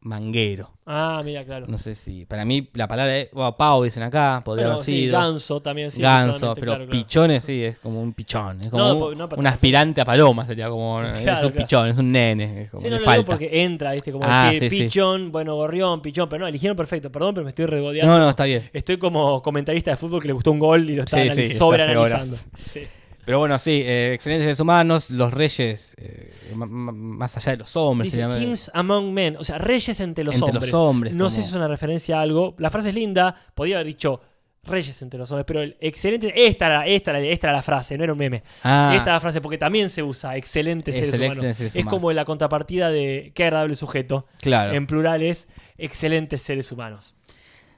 Speaker 3: manguero.
Speaker 2: Ah, mira, claro.
Speaker 3: No sé si. Para mí la palabra es. Bueno, Pau dicen acá, podría
Speaker 2: Pero
Speaker 3: haber
Speaker 2: sí,
Speaker 3: sido.
Speaker 2: ganso también. Sí,
Speaker 3: ganso,
Speaker 2: totalmente,
Speaker 3: pero
Speaker 2: claro, claro.
Speaker 3: pichones sí, es como un pichón. Es como
Speaker 2: No,
Speaker 3: un,
Speaker 2: porque no, pero-
Speaker 3: un aspirante a paloma, sería como. es un
Speaker 2: Claro, claro.
Speaker 3: pichón, es un nene. Es como,
Speaker 2: Sí,
Speaker 3: le
Speaker 2: no lo digo
Speaker 3: falta.
Speaker 2: porque entra, ¿viste? Como
Speaker 3: Ah,
Speaker 2: decir
Speaker 3: sí, sí.
Speaker 2: pichón, bueno, gorrión, pichón, pero no, eligieron perfecto. Perdón, pero me estoy regodeando.
Speaker 3: No, no, está bien.
Speaker 2: Estoy como comentarista de fútbol que le gustó un gol y lo está
Speaker 3: Sí, sí,
Speaker 2: analiz-
Speaker 3: está hace
Speaker 2: sobreanalizando.
Speaker 3: horas.
Speaker 2: Sí.
Speaker 3: Pero bueno, sí, eh, excelentes seres humanos, los reyes, eh, ma- ma- más allá de los hombres.
Speaker 2: Dice
Speaker 3: sería-
Speaker 2: Kings Among Men, o sea, reyes entre los
Speaker 3: Entre los
Speaker 2: hombres.
Speaker 3: hombres,
Speaker 2: no
Speaker 3: como-
Speaker 2: sé si es una referencia a algo. La frase es linda, podría haber dicho reyes entre los hombres, pero el excelente. Esta era, esta era, esta era la frase, no era un meme.
Speaker 3: Ah,
Speaker 2: Esta era la frase, porque también se usa excelentes seres
Speaker 3: Excelentes
Speaker 2: humanos.
Speaker 3: seres
Speaker 2: Es
Speaker 3: humanos.
Speaker 2: como la contrapartida de qué agradable sujeto.
Speaker 3: claro.
Speaker 2: En plural es excelentes seres humanos.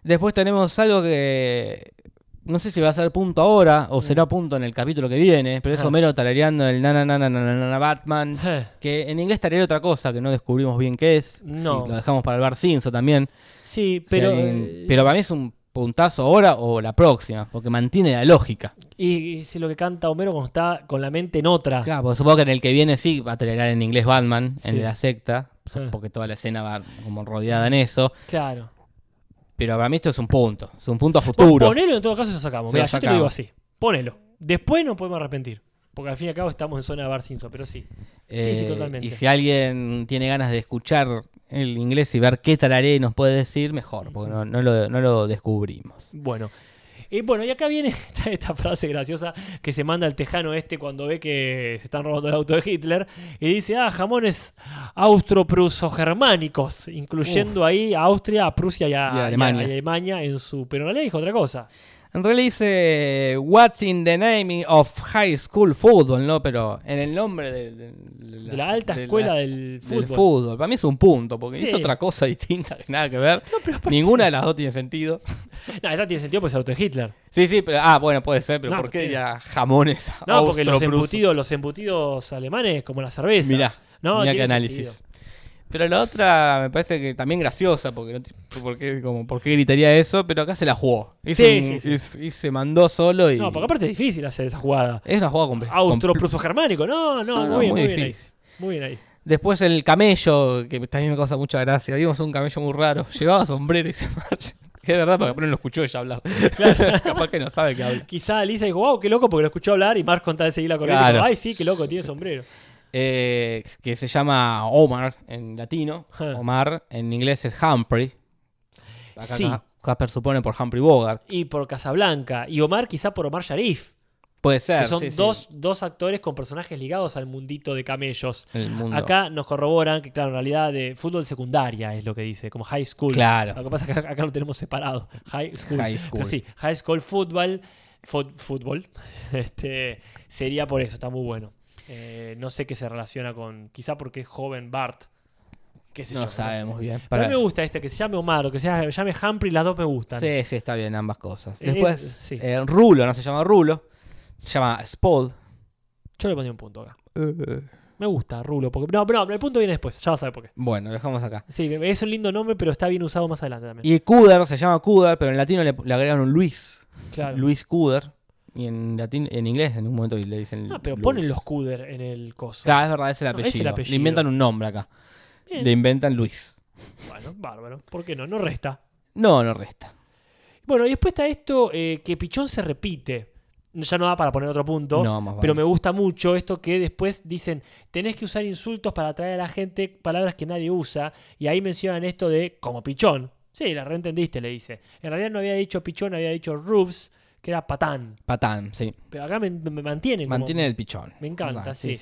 Speaker 3: Después tenemos algo que. No sé si va a ser punto ahora
Speaker 2: Mm.
Speaker 3: o será punto en el capítulo que viene, pero es
Speaker 2: Ajá.
Speaker 3: Homero tarareando el na na na na na na, na, na, Batman.
Speaker 2: Eh,
Speaker 3: Que en inglés tarea otra cosa que no descubrimos bien qué es.
Speaker 2: No.
Speaker 3: Sí, lo dejamos para el Bar Simpson también.
Speaker 2: Sí,
Speaker 3: Pero,
Speaker 2: pero. eh,
Speaker 3: pero para mí es un puntazo ahora o la próxima, porque mantiene la lógica.
Speaker 2: eh, Y, y si lo que canta Homero cuando está con la mente en otra.
Speaker 3: Claro, porque supongo que en el que viene sí va a tolerar en inglés Batman,
Speaker 2: Ah.
Speaker 3: en
Speaker 2: Sí.
Speaker 3: la secta,
Speaker 2: Ah.
Speaker 3: porque toda la escena va como rodeada en eso.
Speaker 2: Claro.
Speaker 3: Pero para mí esto es un punto, es un punto a futuro.
Speaker 2: Bueno, Pues ponelo en todo caso y lo sacamos.
Speaker 3: Se lo
Speaker 2: Mira, yo te lo
Speaker 3: sacamos.
Speaker 2: digo así. Ponelo. Después no podemos arrepentir. Porque al fin y al cabo estamos en zona de Bar Simpson, pero sí. sí, sí,
Speaker 3: Eh,
Speaker 2: totalmente.
Speaker 3: Y si alguien tiene ganas de escuchar el inglés y ver qué tararé nos puede decir, mejor, porque no, no lo, no lo descubrimos.
Speaker 2: Bueno. Y bueno, y acá viene esta, esta frase graciosa que se manda el tejano este cuando ve que se están robando el auto de Hitler. Y dice, ah, jamones austro-pruso-germánicos, incluyendo ahí a Austria, a Prusia y a,
Speaker 3: Y a Alemania.
Speaker 2: y a Alemania en su... Pero no le dijo otra cosa.
Speaker 3: En realidad dice What's in the name of high school football, ¿no? Pero en el nombre de, de- de
Speaker 2: De la alta escuela del
Speaker 3: del
Speaker 2: fútbol.
Speaker 3: fútbol. Para mí es un punto, porque
Speaker 2: Sí.
Speaker 3: es otra cosa distinta que nada que ver. Ninguna de las dos tiene sentido.
Speaker 2: No, esa tiene sentido pues el auto de Hitler.
Speaker 3: Sí, sí, pero. Ah, bueno, puede ser, pero
Speaker 2: No,
Speaker 3: ¿por qué
Speaker 2: tiene-
Speaker 3: diría jamones?
Speaker 2: No, porque los
Speaker 3: austroprusos?
Speaker 2: embutidos, los embutidos alemanes, como la cerveza.
Speaker 3: Mirá,
Speaker 2: no,
Speaker 3: mirá
Speaker 2: tiene
Speaker 3: qué análisis.
Speaker 2: sentido.
Speaker 3: Pero la otra me parece que también graciosa, porque no ti- porque, como, ¿por qué gritaría eso? Pero acá se la jugó. Hizo
Speaker 2: Sí, sí,
Speaker 3: un-
Speaker 2: sí.
Speaker 3: hizo- y se mandó solo y.
Speaker 2: No, porque aparte es difícil hacer esa jugada.
Speaker 3: Es una jugada compl-
Speaker 2: Austro-pruso-germánico. No, no,
Speaker 3: No, no,
Speaker 2: muy bien,
Speaker 3: muy
Speaker 2: muy bien ahí.
Speaker 3: difícil.
Speaker 2: Muy bien ahí.
Speaker 3: Después el camello, que también me causa mucha gracia. Vimos un camello muy raro. Llevaba sombrero y se marcha. Que es verdad, porque capaz no lo escuchó ella hablar. capaz que no sabe que habla.
Speaker 2: Quizá Lisa dijo, wow, qué loco, porque lo escuchó hablar y Marx contaba de seguir la corriente.
Speaker 3: Claro.
Speaker 2: como, Ay, sí, qué loco, tiene sombrero.
Speaker 3: Eh, que se llama Omar en latino.
Speaker 2: Ja.
Speaker 3: Omar en inglés es Humphrey. Acá
Speaker 2: Sí.
Speaker 3: Ca- Casper supone por Humphrey Bogart.
Speaker 2: Y por Casablanca. Y Omar quizá por Omar Sharif.
Speaker 3: Puede ser.
Speaker 2: que son
Speaker 3: sí, sí.
Speaker 2: dos, dos actores con personajes ligados al mundito de camellos.
Speaker 3: El mundo.
Speaker 2: Acá nos corroboran que, claro, en realidad de fútbol secundaria es lo que dice, como high school.
Speaker 3: Claro.
Speaker 2: Lo que pasa es que acá, acá lo tenemos separado. High school.
Speaker 3: High school.
Speaker 2: Pero sí, high school football. fut- fútbol. Este, sería por eso, está muy bueno. Eh, no sé qué se relaciona con. Quizá porque es joven Bart. Qué sé
Speaker 3: no
Speaker 2: yo,
Speaker 3: lo
Speaker 2: sé.
Speaker 3: sabemos bien.
Speaker 2: Pero a mí
Speaker 3: Para-
Speaker 2: me gusta este, que se llame Omar o que se llame Humphrey, las dos me gustan.
Speaker 3: Sí, sí, está bien ambas cosas.
Speaker 2: Es-
Speaker 3: Después,
Speaker 2: sí.
Speaker 3: eh, Rulo, no se llama Rulo. Se llama Spod.
Speaker 2: Yo le pondría un punto acá. Me gusta, Rulo. Porque... No, pero no, el punto viene después, ya vas a ver por qué.
Speaker 3: Bueno, lo dejamos acá.
Speaker 2: Sí, es un lindo nombre, pero está bien usado más adelante también.
Speaker 3: Y Cuder se llama Cuder, pero en latino le, le agregaron un Luis.
Speaker 2: Claro.
Speaker 3: Luis Cuder. Y en latín, en inglés en un momento le dicen.
Speaker 2: Ah, pero
Speaker 3: Luis.
Speaker 2: ponen los Cuder en el coso.
Speaker 3: Claro, es verdad, es el
Speaker 2: No, es el
Speaker 3: apellido.
Speaker 2: apellido.
Speaker 3: Le inventan un nombre acá.
Speaker 2: Bien.
Speaker 3: Le inventan Luis.
Speaker 2: Bueno, bárbaro. ¿Por qué no? No resta.
Speaker 3: No, no resta.
Speaker 2: Bueno, y después está esto eh, que Pichón se repite. Ya no da para poner otro punto.
Speaker 3: No, más vale.
Speaker 2: Pero me gusta mucho esto que después dicen, tenés que usar insultos para atraer a la gente palabras que nadie usa. Y ahí mencionan esto de como pichón. Sí, la reentendiste, le dice. En realidad no había dicho pichón, había dicho roofs, que era patán.
Speaker 3: Patán, sí.
Speaker 2: Pero acá me, me mantienen. como-
Speaker 3: Mantienen el pichón.
Speaker 2: Me encanta,
Speaker 3: Ah,
Speaker 2: sí.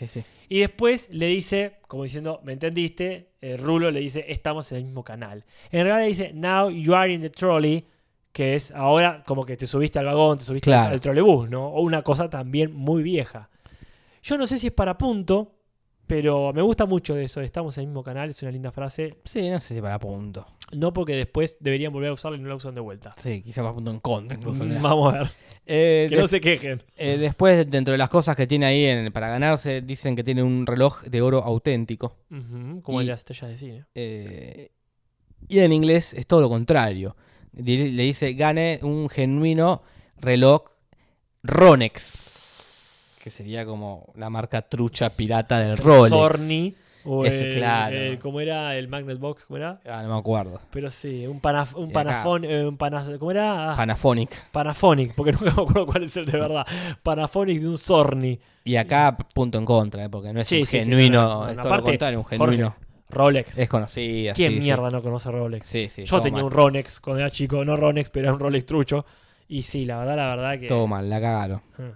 Speaker 2: Y después le dice, como diciendo, ¿me entendiste? Eh, Rulo le dice, estamos en el mismo canal. En realidad le dice, now you are in the trolley, que es ahora como que te subiste al vagón, te subiste
Speaker 3: Claro.
Speaker 2: al trolebús, ¿no? O una cosa también muy vieja. Yo no sé si es para punto, pero me gusta mucho de eso, de estamos en el mismo canal, es una linda frase.
Speaker 3: Sí, no sé si para punto.
Speaker 2: No porque después deberían volver a usarla y no la usan de vuelta.
Speaker 3: Sí, quizá para punto en contra incluso.
Speaker 2: Mm, Vamos a ver,
Speaker 3: Eh,
Speaker 2: que
Speaker 3: des-
Speaker 2: no se quejen.
Speaker 3: eh, después, dentro de las cosas que tiene ahí en- para ganarse, dicen que tiene un reloj de oro auténtico.
Speaker 2: Ujú, como
Speaker 3: Y-
Speaker 2: en las estrellas de cine.
Speaker 3: Eh, y en inglés es todo lo contrario. Di- Le dice, gane un genuino reloj Ronex. Que sería como la marca trucha pirata del Rolex.
Speaker 2: Sorni. O
Speaker 3: Ese,
Speaker 2: el,
Speaker 3: claro.
Speaker 2: el- ¿Cómo era? El Magnet Box, ¿cómo era?
Speaker 3: Ah, no me acuerdo.
Speaker 2: Pero sí, un, panaf un
Speaker 3: Y acá.
Speaker 2: panafón, eh, un panas- ¿cómo era? Ah,
Speaker 3: Panaphonic.
Speaker 2: Panaphonic, porque nunca me acuerdo cuál es el de verdad. Panaphonic de un Sorni.
Speaker 3: Y acá punto en contra, ¿eh? porque no es
Speaker 2: Sí,
Speaker 3: un
Speaker 2: sí, sí, no, no,
Speaker 3: genuino.
Speaker 2: no,
Speaker 3: es
Speaker 2: no.
Speaker 3: todo
Speaker 2: Aparte,
Speaker 3: lo contrario, un
Speaker 2: Jorge,
Speaker 3: genuino.
Speaker 2: Rolex.
Speaker 3: Es conocido.
Speaker 2: ¿Quién
Speaker 3: sí, sí.
Speaker 2: mierda no conoce Rolex?
Speaker 3: Sí, sí,
Speaker 2: Yo
Speaker 3: todo
Speaker 2: tenía
Speaker 3: mal.
Speaker 2: un Rolex cuando era chico, no Rolex, pero era un Rolex trucho. Y sí, la verdad, la verdad que.
Speaker 3: Todo mal, la cagaron.
Speaker 2: Ah.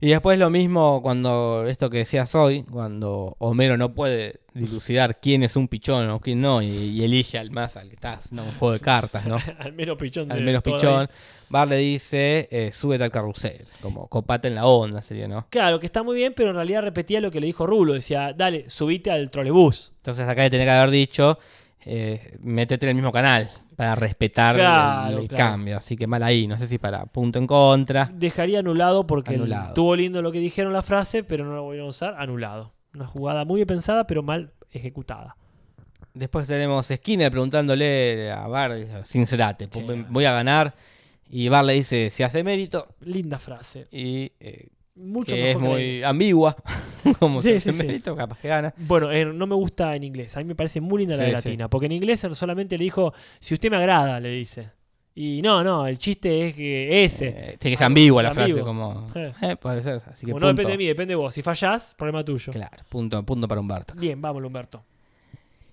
Speaker 3: Y después lo mismo cuando esto que decías hoy, cuando Homero no puede dilucidar quién es un pichón o quién no, y, y elige al más, al que está haciendo un juego de cartas, ¿no?
Speaker 2: Al menos pichón.
Speaker 3: Al
Speaker 2: de
Speaker 3: menos
Speaker 2: toda la
Speaker 3: pichón.
Speaker 2: vida.
Speaker 3: Bar le dice, eh, súbete al carrusel, como copate en la onda sería, ¿no?
Speaker 2: Claro, que está muy bien, pero en realidad repetía lo que le dijo Rulo. Decía, dale, subite al trolebús.
Speaker 3: Entonces acá le tenía que haber dicho, eh, métete en el mismo canal para respetar el-
Speaker 2: Claro,
Speaker 3: el,
Speaker 2: claro.
Speaker 3: cambio. Así que mal ahí, no sé si para punto en contra.
Speaker 2: dejaría anulado porque el-
Speaker 3: Anulado.
Speaker 2: estuvo lindo lo que dijeron la frase, pero no la volvieron a usar, anulado. Una jugada muy bien pensada, pero mal ejecutada.
Speaker 3: Después tenemos Skinner preguntándole a Bar, sincerate,
Speaker 2: Sí.
Speaker 3: voy a ganar. Y Bar le dice, si hace mérito.
Speaker 2: Linda frase.
Speaker 3: Y eh,
Speaker 2: Mucho
Speaker 3: que
Speaker 2: mejor
Speaker 3: es
Speaker 2: que la
Speaker 3: muy
Speaker 2: inglesa.
Speaker 3: ambigua. como
Speaker 2: Sí,
Speaker 3: si
Speaker 2: sí,
Speaker 3: hace
Speaker 2: sí.
Speaker 3: mérito, capaz que gana.
Speaker 2: Bueno, eh, no me gusta en inglés. A mí me parece muy linda la
Speaker 3: Sí,
Speaker 2: de
Speaker 3: sí.
Speaker 2: latina. Porque en inglés solamente le dijo, si usted me agrada, le dice. Y no, no, el chiste es que ese.
Speaker 3: Eh, tiene que ser
Speaker 2: Ah,
Speaker 3: ambigua la
Speaker 2: ambiguo.
Speaker 3: frase, como...
Speaker 2: Eh.
Speaker 3: eh, puede ser, así que
Speaker 2: Como no
Speaker 3: punto.
Speaker 2: depende de mí, depende de vos. Si fallás, problema tuyo.
Speaker 3: Claro, punto, punto para Humberto.
Speaker 2: Bien, vamos, Humberto.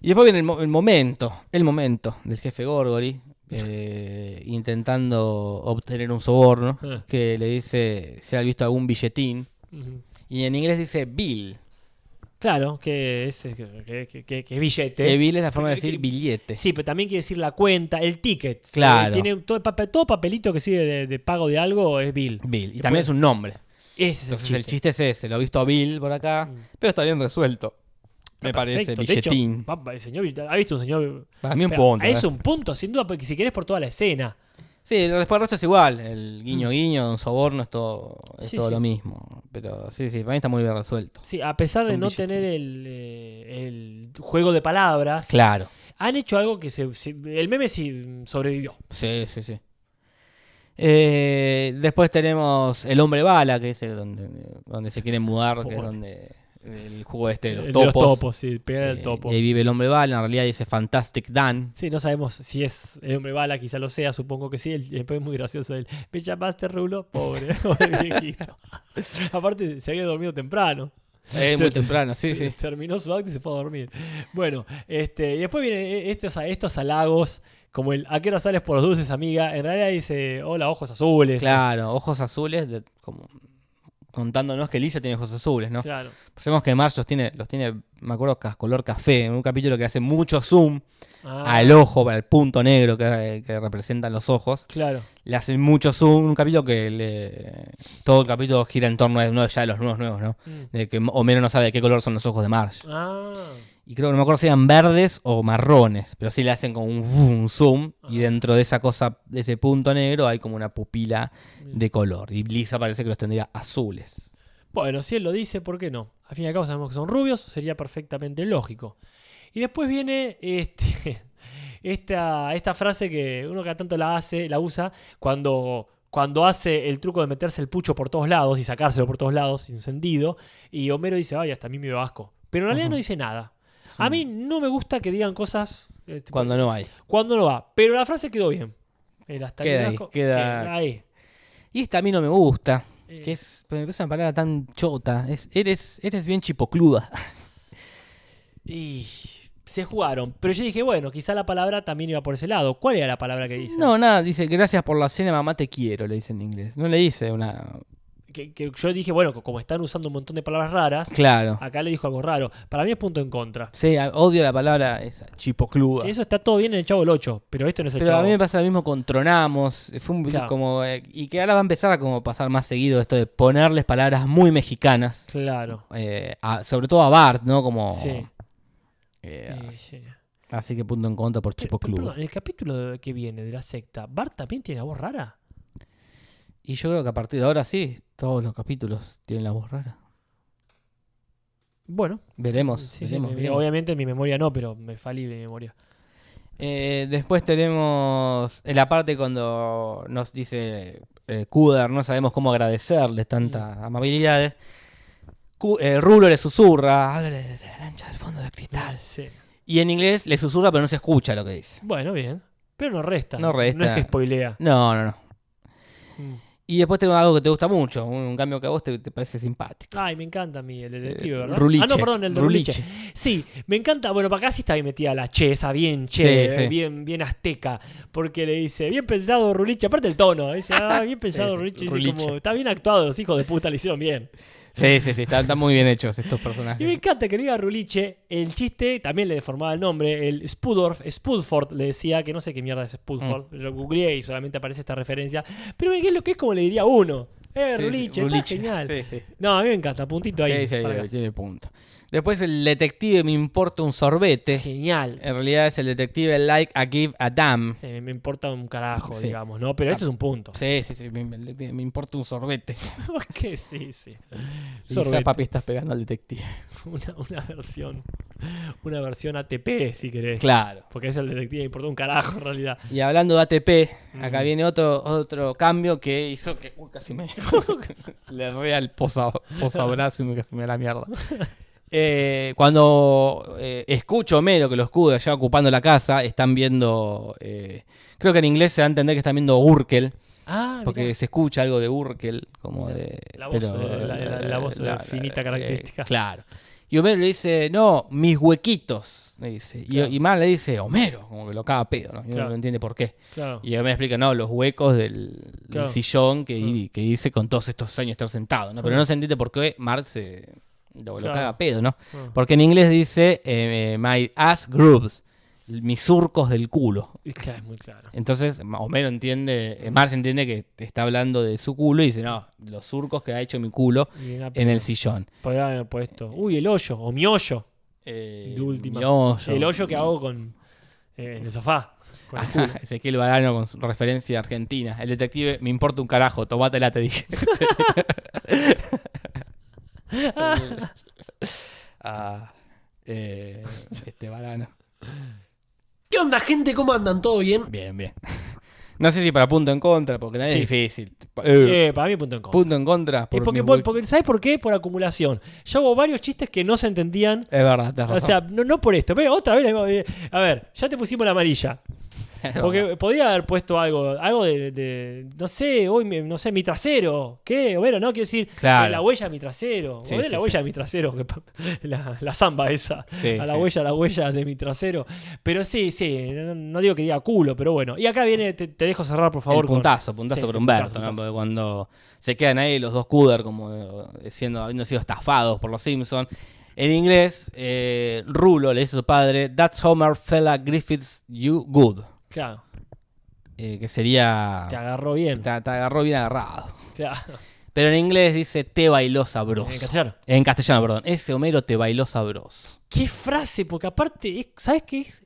Speaker 3: Y después viene el, mo- el momento, el momento del jefe Gorgory eh, intentando obtener un soborno
Speaker 2: Ah.
Speaker 3: que le dice si ha visto algún billetín
Speaker 2: Ujú.
Speaker 3: y en inglés dice bill.
Speaker 2: Claro, que es, que, que- que- que es billete.
Speaker 3: Que bill es la forma de
Speaker 2: Porque-
Speaker 3: decir billete.
Speaker 2: Eh, Sí, pero también quiere decir la cuenta, el ticket. Eh,
Speaker 3: Claro.
Speaker 2: tiene todo, papel, todo papelito que sirve de, de pago de algo es bill.
Speaker 3: Bill. Y también es un nombre.
Speaker 2: Ese es
Speaker 3: Entonces
Speaker 2: el
Speaker 3: el chiste es ese. Lo he visto a Bill por acá,
Speaker 2: Mm.
Speaker 3: pero está bien resuelto. Me parece,
Speaker 2: Perfecto. De hecho,
Speaker 3: billetín.
Speaker 2: papá, el señor, billete- ha visto un señor.
Speaker 3: Para mí un
Speaker 2: Pero
Speaker 3: punto.
Speaker 2: Es
Speaker 3: ¿eh?
Speaker 2: un punto, sin duda, porque si querés por toda la escena.
Speaker 3: Sí, después el resto es igual. El guiño guiño, un soborno es todo, es
Speaker 2: Mm. Sí,
Speaker 3: todo
Speaker 2: sí.
Speaker 3: lo mismo. Pero sí, sí, para mí está muy bien resuelto.
Speaker 2: Sí, a pesar de
Speaker 3: Un
Speaker 2: no
Speaker 3: billete.
Speaker 2: tener el, eh, el juego de palabras,
Speaker 3: Claro.
Speaker 2: han hecho algo que se, se- el meme sí sobrevivió.
Speaker 3: Sí, sí, sí. Eh, después tenemos El Hombre Bala, que es el donde, donde se quieren mudar, que es
Speaker 2: Pobre.
Speaker 3: donde el juego este de los
Speaker 2: el
Speaker 3: topos.
Speaker 2: de los topos, sí, pegar el
Speaker 3: Eh,
Speaker 2: topo.
Speaker 3: y ahí vive el Hombre Bala, en realidad dice Fantastic Dan.
Speaker 2: Sí, no sabemos si es el hombre bala, quizá lo sea, supongo que sí. El, el- es muy gracioso él. Me llamaste Rulo, pobre, pobre viejito. Aparte, se había dormido temprano.
Speaker 3: Es Eh, muy temprano, sí,
Speaker 2: Te-
Speaker 3: sí.
Speaker 2: Terminó su acto y se fue a dormir. Bueno, este, y después viene estos, estos halagos, como el ¿a qué hora sales por los dulces, amiga? En realidad dice, hola, ojos azules.
Speaker 3: Claro, ojos azules, de- como contándonos que Lisa tiene ojos azules, ¿no?
Speaker 2: Claro.
Speaker 3: Sabemos que Mars los tiene, los tiene, me acuerdo, ca- color café, en un capítulo que hace mucho zoom
Speaker 2: Ah,
Speaker 3: al ojo, para el punto negro que, que representan los ojos.
Speaker 2: Claro.
Speaker 3: Le hacen mucho zoom, un capítulo que le- todo el capítulo gira en torno a no, ya de los nuevos nuevos, ¿no?
Speaker 2: Mm.
Speaker 3: De que Homero no sabe de qué color son los ojos de Marge.
Speaker 2: Ah,
Speaker 3: Y creo que no me acuerdo si eran verdes o marrones, pero sí le hacen como un, zoom, zoom y dentro de esa cosa, de ese punto negro, hay como una pupila
Speaker 2: bien.
Speaker 3: de color. Y Lisa parece que los tendría azules.
Speaker 2: Bueno, si él lo dice, ¿por qué no? Al fin y al cabo sabemos que son rubios, sería perfectamente lógico. Y después viene este, esta, esta frase que uno cada tanto la hace, la usa, cuando, cuando hace el truco de meterse el pucho por todos lados y sacárselo por todos lados sin sentido. Y Homero dice, ay, hasta a mí me dio asco. Pero en realidad
Speaker 3: Ujú.
Speaker 2: no dice nada. A mí no me gusta que digan cosas eh, tipo,
Speaker 3: Cuando no hay.
Speaker 2: cuando no va. Pero la frase quedó bien. El hasta a mí me
Speaker 3: Queda
Speaker 2: dio
Speaker 3: ahí,
Speaker 2: asco,
Speaker 3: queda-
Speaker 2: ahí.
Speaker 3: Y esta a mí no me gusta.
Speaker 2: Eh,
Speaker 3: Que es, pues, me parece una palabra tan chota. Es- eres, eres bien chipocluda.
Speaker 2: Y se jugaron. Pero yo dije, bueno, quizá la palabra también iba por ese lado. ¿Cuál era la palabra que dice?
Speaker 3: No, nada, dice, gracias por la cena, mamá, te quiero, le dice en inglés. No le dice una...
Speaker 2: Que, que yo dije, bueno, co- como están usando un montón de palabras raras,
Speaker 3: Claro.
Speaker 2: acá le dijo algo raro. Para mí es punto en contra.
Speaker 3: Sí, a- odio la palabra esa, chipocluda.
Speaker 2: Sí, eso está todo bien en el Chavo del 8, pero esto no es el
Speaker 3: Pero a
Speaker 2: Chavo.
Speaker 3: mí me pasa lo mismo con Tronamos. Fue un-
Speaker 2: Claro.
Speaker 3: como, eh, y que ahora va a empezar a como pasar más seguido esto de ponerles palabras muy mexicanas.
Speaker 2: Claro.
Speaker 3: eh, a- sobre todo a Bart, ¿no? Como...
Speaker 2: Sí.
Speaker 3: eh,
Speaker 2: Y sí.
Speaker 3: así que punto en contra por
Speaker 2: Pero- pero
Speaker 3: chipocluda.
Speaker 2: perdón, en el capítulo que viene de la secta, ¿Bart también tiene la voz rara?
Speaker 3: Y yo creo que a partir de ahora sí, todos los capítulos tienen la voz rara.
Speaker 2: Bueno,
Speaker 3: Veremos.
Speaker 2: sí, sí,
Speaker 3: veremos,
Speaker 2: me-
Speaker 3: veremos.
Speaker 2: obviamente mi memoria no, pero me falible mi memoria.
Speaker 3: Eh, después tenemos en la parte cuando nos dice eh, Kudar, no sabemos cómo agradecerles
Speaker 2: Mm.
Speaker 3: tantas amabilidades. Ku- eh, Rulo le susurra, háblale de la lancha del fondo de cristal.
Speaker 2: Sí.
Speaker 3: Y en inglés le susurra, pero no se escucha lo que dice.
Speaker 2: Bueno, bien. Pero no resta.
Speaker 3: No resta.
Speaker 2: No es que spoilea.
Speaker 3: No, no, no.
Speaker 2: Mm.
Speaker 3: Y después tenemos algo que te gusta mucho, un, un cambio que a vos te, te parece simpático.
Speaker 2: Ay, me encanta a mí el detective,
Speaker 3: Eh,
Speaker 2: ¿verdad?
Speaker 3: Ruliche.
Speaker 2: Ah, no, perdón, el de Ruliche.
Speaker 3: Ruliche.
Speaker 2: Sí, me encanta. Bueno, para acá sí está bien metida la che, esa bien che, eh,
Speaker 3: Sí, sí.
Speaker 2: bien bien azteca. Porque le dice, bien pensado Ruliche. Aparte el tono, dice, ah, bien pensado
Speaker 3: Sí, sí,
Speaker 2: Ruliche. Dice
Speaker 3: Ruliche.
Speaker 2: como, está bien actuado, los hijos de puta le hicieron bien.
Speaker 3: Sí, sí, sí, están, están muy bien hechos estos
Speaker 2: Y me
Speaker 3: personajes.
Speaker 2: encanta que le diga Ruliche, el chiste también le deformaba el nombre, el Spudorf, Spudford le decía, que no sé qué mierda es Spudford,
Speaker 3: Mm.
Speaker 2: lo googleé y solamente aparece esta referencia. Pero es lo que es como le diría uno. Eh,
Speaker 3: Sí, sí,
Speaker 2: Ruliche, está
Speaker 3: Ruliche.
Speaker 2: genial.
Speaker 3: Sí, sí.
Speaker 2: No, a mí me encanta, puntito ahí.
Speaker 3: Sí, sí,
Speaker 2: para
Speaker 3: ahí,
Speaker 2: acá.
Speaker 3: tiene punto. Después el detective me importa un sorbete.
Speaker 2: Genial.
Speaker 3: En realidad es el detective like a give a damn.
Speaker 2: Eh, me importa un carajo,
Speaker 3: Sí. Ah,
Speaker 2: digamos, ¿no? Pero este es un punto.
Speaker 3: Sí, sí, sí, me, me- me importa un sorbete.
Speaker 2: Porque sí, sí.
Speaker 3: Quizá
Speaker 2: Sorbete.
Speaker 3: papi estás pegando al detective.
Speaker 2: Una, una versión. Una versión ATP, si querés.
Speaker 3: Claro.
Speaker 2: Porque es el detective, me importa un carajo en realidad.
Speaker 3: Y hablando de ATP, acá
Speaker 2: Mm.
Speaker 3: viene otro, otro cambio que hizo que. Uy, casi me. Le re al posa- posabrazo y me casi me da la mierda. Eh, cuando eh, escucho a Homero que los cuda ya ocupando la casa, están viendo. eh, creo que en inglés se va a entender que están viendo Urkel.
Speaker 2: Ah,
Speaker 3: Porque
Speaker 2: mirá.
Speaker 3: se escucha algo de Urkel, como de.
Speaker 2: La voz, eh, la- la- la voz, eh, finita característica.
Speaker 3: claro. Y Homero le dice, no, mis huequitos. Le dice. Y-
Speaker 2: Claro.
Speaker 3: Y, Mar le dice, Homero, como que lo caga a pedo, ¿no? Y uno
Speaker 2: Claro.
Speaker 3: no entiende por qué.
Speaker 2: Claro.
Speaker 3: Y Homero explica, no, los huecos del, del
Speaker 2: Claro. Ah.
Speaker 3: sillón que, que hice con todos estos años estar sentado, ¿no? Pero no se entiende por qué Mar se lo, lo
Speaker 2: Claro.
Speaker 3: caga a pedo, ¿no?
Speaker 2: Ah.
Speaker 3: Porque en inglés dice, eh, my ass grooves, mis surcos del culo.
Speaker 2: Y claro, es muy claro.
Speaker 3: Entonces, Ma- Homero entiende, eh, Marx entiende que te está hablando de su culo y dice, no, los surcos que ha hecho mi culo
Speaker 2: Y una-
Speaker 3: en el sillón.
Speaker 2: Podría haber puesto. Uy, el hoyo. O mi hoyo.
Speaker 3: Eh,
Speaker 2: de última.
Speaker 3: mi hoyo.
Speaker 2: El hoyo que hago con. eh, en el sofá. Con el
Speaker 3: Ajá,
Speaker 2: culo.
Speaker 3: Ezequiel Badano con su referencia a Argentina. El detective, me importa un carajo, tomátela, te dije. Ah, eh, este Badano.
Speaker 5: ¿Qué onda, gente? ¿Cómo andan? ¿Todo bien?
Speaker 3: Bien, bien. No sé si para punto en contra, porque también es
Speaker 2: Sí.
Speaker 3: difícil. Eh,
Speaker 2: Eh, para mí, punto en contra.
Speaker 3: punto en contra.
Speaker 2: Y
Speaker 3: por
Speaker 2: porque,
Speaker 3: mis
Speaker 2: por-
Speaker 3: huecos.
Speaker 2: porque- ¿Sabes por qué? Por acumulación. Ya hubo varios chistes que no se entendían.
Speaker 3: Es verdad, tenés
Speaker 2: O
Speaker 3: razón.
Speaker 2: sea, no, no por esto. Ve, otra vez. la misma- eh, A ver, ya te pusimos la amarilla.
Speaker 3: Es verdad.
Speaker 2: Porque podía haber puesto algo, algo de, de- no sé, hoy mi- no sé, mi trasero. ¿Qué? Homero, no, quiero decir,
Speaker 3: Claro.
Speaker 2: eh, la huella de mi trasero.
Speaker 3: Sí,
Speaker 2: Homero,
Speaker 3: sí,
Speaker 2: la
Speaker 3: sí.
Speaker 2: huella de mi trasero, que pa- la, la zamba esa.
Speaker 3: Sí,
Speaker 2: a la
Speaker 3: sí.
Speaker 2: huella, la huella de mi trasero. Pero sí, sí, no, no digo que diga culo, pero bueno. Y acá viene, te, te dejo cerrar, por favor.
Speaker 3: El
Speaker 2: con-
Speaker 3: puntazo, puntazo
Speaker 2: Sí,
Speaker 3: por
Speaker 2: sí,
Speaker 3: Humberto,
Speaker 2: puntazo,
Speaker 3: ¿no?
Speaker 2: puntazo.
Speaker 3: Porque cuando se quedan ahí los dos Cudar como eh, siendo, habiendo sido estafados por los Simpsons. En inglés, eh, Rulo le dice a su padre, That's Homer fella Griffiths you good.
Speaker 2: Claro,
Speaker 3: Eh, que sería...
Speaker 2: te agarró bien.
Speaker 3: Te, te agarró bien agarrado.
Speaker 2: Claro.
Speaker 3: Pero en inglés dice, te bailó sabroso.
Speaker 2: En castellano.
Speaker 3: En castellano, perdón. Ese Homero te bailó sabroso.
Speaker 2: Qué frase, porque aparte, es- ¿sabes qué es?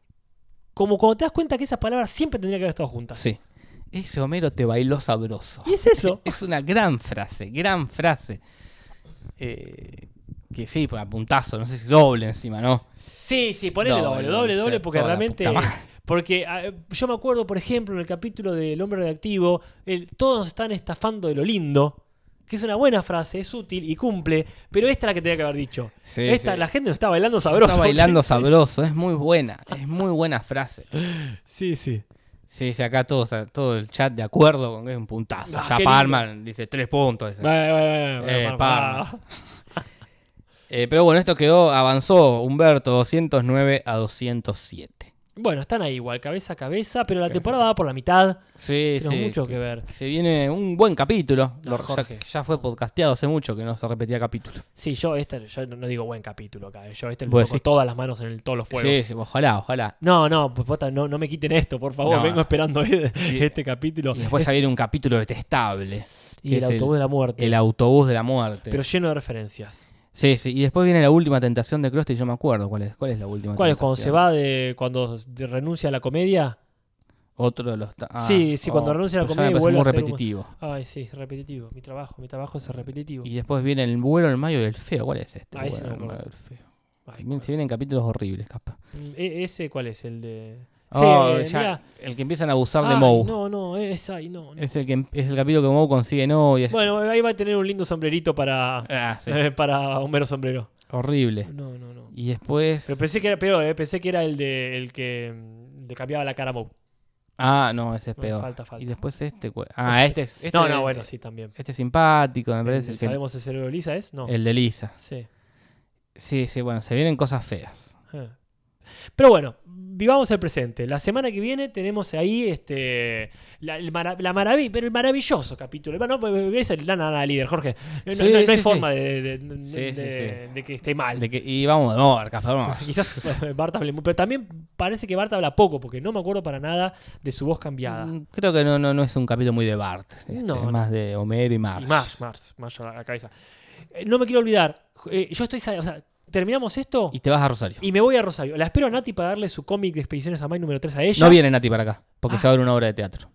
Speaker 2: Como cuando te das cuenta que esas palabras siempre tendrían que haber estado juntas.
Speaker 3: Sí. Ese Homero te bailó sabroso.
Speaker 2: Y es eso.
Speaker 3: Es una gran frase, gran frase. Eh, que sí, por puntazo, no sé si doble encima, ¿no?
Speaker 2: Sí, sí, ponele
Speaker 3: Doble,
Speaker 2: doble, doble,
Speaker 3: sí,
Speaker 2: doble, porque
Speaker 3: toda la
Speaker 2: realmente.
Speaker 3: puta madre.
Speaker 2: Porque ah, yo me acuerdo, por ejemplo, en el capítulo del hombre reactivo, el, todos nos están estafando de lo lindo, que es una buena frase, es útil y cumple, pero esta es la que tenía que haber dicho.
Speaker 3: Sí,
Speaker 2: esta,
Speaker 3: sí.
Speaker 2: la gente nos está bailando sabroso.
Speaker 3: Está bailando sabroso, es muy buena, es muy buena frase.
Speaker 2: Sí, sí.
Speaker 3: Eh, Sí, sí, acá todos, todo el chat de acuerdo con que es un puntazo.
Speaker 2: Ah,
Speaker 3: ya
Speaker 2: qué Ah.
Speaker 3: Parman dice tres puntos. dice.
Speaker 2: Bueno, bueno, bueno,
Speaker 3: Eh,
Speaker 2: bueno,
Speaker 3: Parma.
Speaker 2: bueno.
Speaker 3: Eh, pero bueno, esto quedó, avanzó Humberto 209 a 207.
Speaker 2: Bueno, están ahí igual, cabeza a cabeza, pero la
Speaker 3: Cabeza a
Speaker 2: temporada va por la mitad.
Speaker 3: Sí,
Speaker 2: Tiene
Speaker 3: sí.
Speaker 2: mucho que ver.
Speaker 3: Se viene un buen capítulo.
Speaker 2: No,
Speaker 3: Lo- ya-
Speaker 2: Jorge.
Speaker 3: Ya, fue podcasteado hace mucho que no se repetía capítulo.
Speaker 2: Sí, yo este, yo no no digo buen capítulo acá, eh, yo este le
Speaker 3: Vos
Speaker 2: pongo
Speaker 3: decís-
Speaker 2: todas las manos en el, todos los fuegos.
Speaker 3: Sí, sí, ojalá, ojalá.
Speaker 2: No, no, pues, posta, no, no me quiten esto, por favor.
Speaker 3: No.
Speaker 2: Vengo esperando este capítulo.
Speaker 3: Y después
Speaker 2: Es-
Speaker 3: ya viene un capítulo detestable.
Speaker 2: y
Speaker 3: que
Speaker 2: el
Speaker 3: es
Speaker 2: autobús de la muerte.
Speaker 3: El este. autobús de la muerte.
Speaker 2: pero lleno de referencias.
Speaker 3: Sí, sí. Y después viene la última tentación de Krusty, yo me acuerdo cuál es. ¿Cuál es la última
Speaker 2: ¿Cuál es?
Speaker 3: tentación?
Speaker 2: Cuando se va de. cuando de- renuncia a la comedia.
Speaker 3: Otro de los... ta- ah,
Speaker 2: Sí, sí, cuando renuncia a la
Speaker 3: pero ya
Speaker 2: comedia
Speaker 3: me
Speaker 2: y
Speaker 3: parece
Speaker 2: vuelve
Speaker 3: muy
Speaker 2: a ser un-
Speaker 3: repetitivo.
Speaker 2: Ay, sí, es repetitivo. Mi trabajo, mi trabajo es repetitivo.
Speaker 3: Y después viene el vuelo del mayo y el feo. ¿Cuál es este?
Speaker 2: Ah, ese
Speaker 3: Vuelo
Speaker 2: no me
Speaker 3: del
Speaker 2: acuerdo.
Speaker 3: Mayo del feo.
Speaker 2: Ay,
Speaker 3: Bien, Se vienen capítulos horribles, capaz.
Speaker 2: e- ¿Ese cuál es? El de.
Speaker 3: Oh,
Speaker 2: eh,
Speaker 3: ya,
Speaker 2: mirá.
Speaker 3: el que empiezan a abusar de
Speaker 2: Ay,
Speaker 3: Moe.
Speaker 2: No, no, es ahí, no. no.
Speaker 3: Es, el que, em- es el capítulo que Moe consigue novia.
Speaker 2: Bueno, ahí va a tener un lindo sombrerito para.
Speaker 3: Ah, sí.
Speaker 2: para Homero Sombrero.
Speaker 3: Horrible.
Speaker 2: No, no, no.
Speaker 3: Y después...
Speaker 2: Pero pensé que era peor, eh, pensé que era el de el que mm, le cambiaba la cara a Moe.
Speaker 3: Ah, no, ese es
Speaker 2: No,
Speaker 3: peor.
Speaker 2: falta, falta.
Speaker 3: Y después este... cu- Ah, este es... este
Speaker 2: no,
Speaker 3: es-
Speaker 2: no, bueno, sí, también.
Speaker 3: Este es simpático, me parece.
Speaker 2: El-
Speaker 3: el que-
Speaker 2: ¿Sabemos el cerebro de Lisa es? No.
Speaker 3: el de Lisa.
Speaker 2: Sí.
Speaker 3: Sí, sí, bueno, se vienen cosas feas.
Speaker 2: Ah. Pero bueno, vivamos el presente. La semana que viene tenemos ahí este la, el, mara- la maravi- pero el maravilloso capítulo. Bueno, no, es el lana la líder, Jorge. No,
Speaker 3: Sí,
Speaker 2: no- no hay
Speaker 3: sí, sí.
Speaker 2: forma de, de- de-
Speaker 3: Sí,
Speaker 2: de-
Speaker 3: sí, sí.
Speaker 2: de que esté mal.
Speaker 3: De que- y vamos de nuevo, café, vamos.
Speaker 2: Quizás bueno, Bart hable mu- Pero también parece que Bart habla poco, porque no me acuerdo para nada de su voz cambiada.
Speaker 3: Mm, Creo que no, no, no es un capítulo muy de Bart. este,
Speaker 2: No,
Speaker 3: es más de Homero y Marge.
Speaker 2: Y más, más, más a la- a la cabeza. Eh, no me quiero olvidar. eh, yo estoy. sa- O sea, terminamos esto
Speaker 3: Y te vas a Rosario.
Speaker 2: y me voy a Rosario. La espero a Nati para darle su cómic de Expediciones a Mai número 3 a ella.
Speaker 3: No viene Nati para acá, porque
Speaker 2: Ah.
Speaker 3: se va a ver una obra de teatro.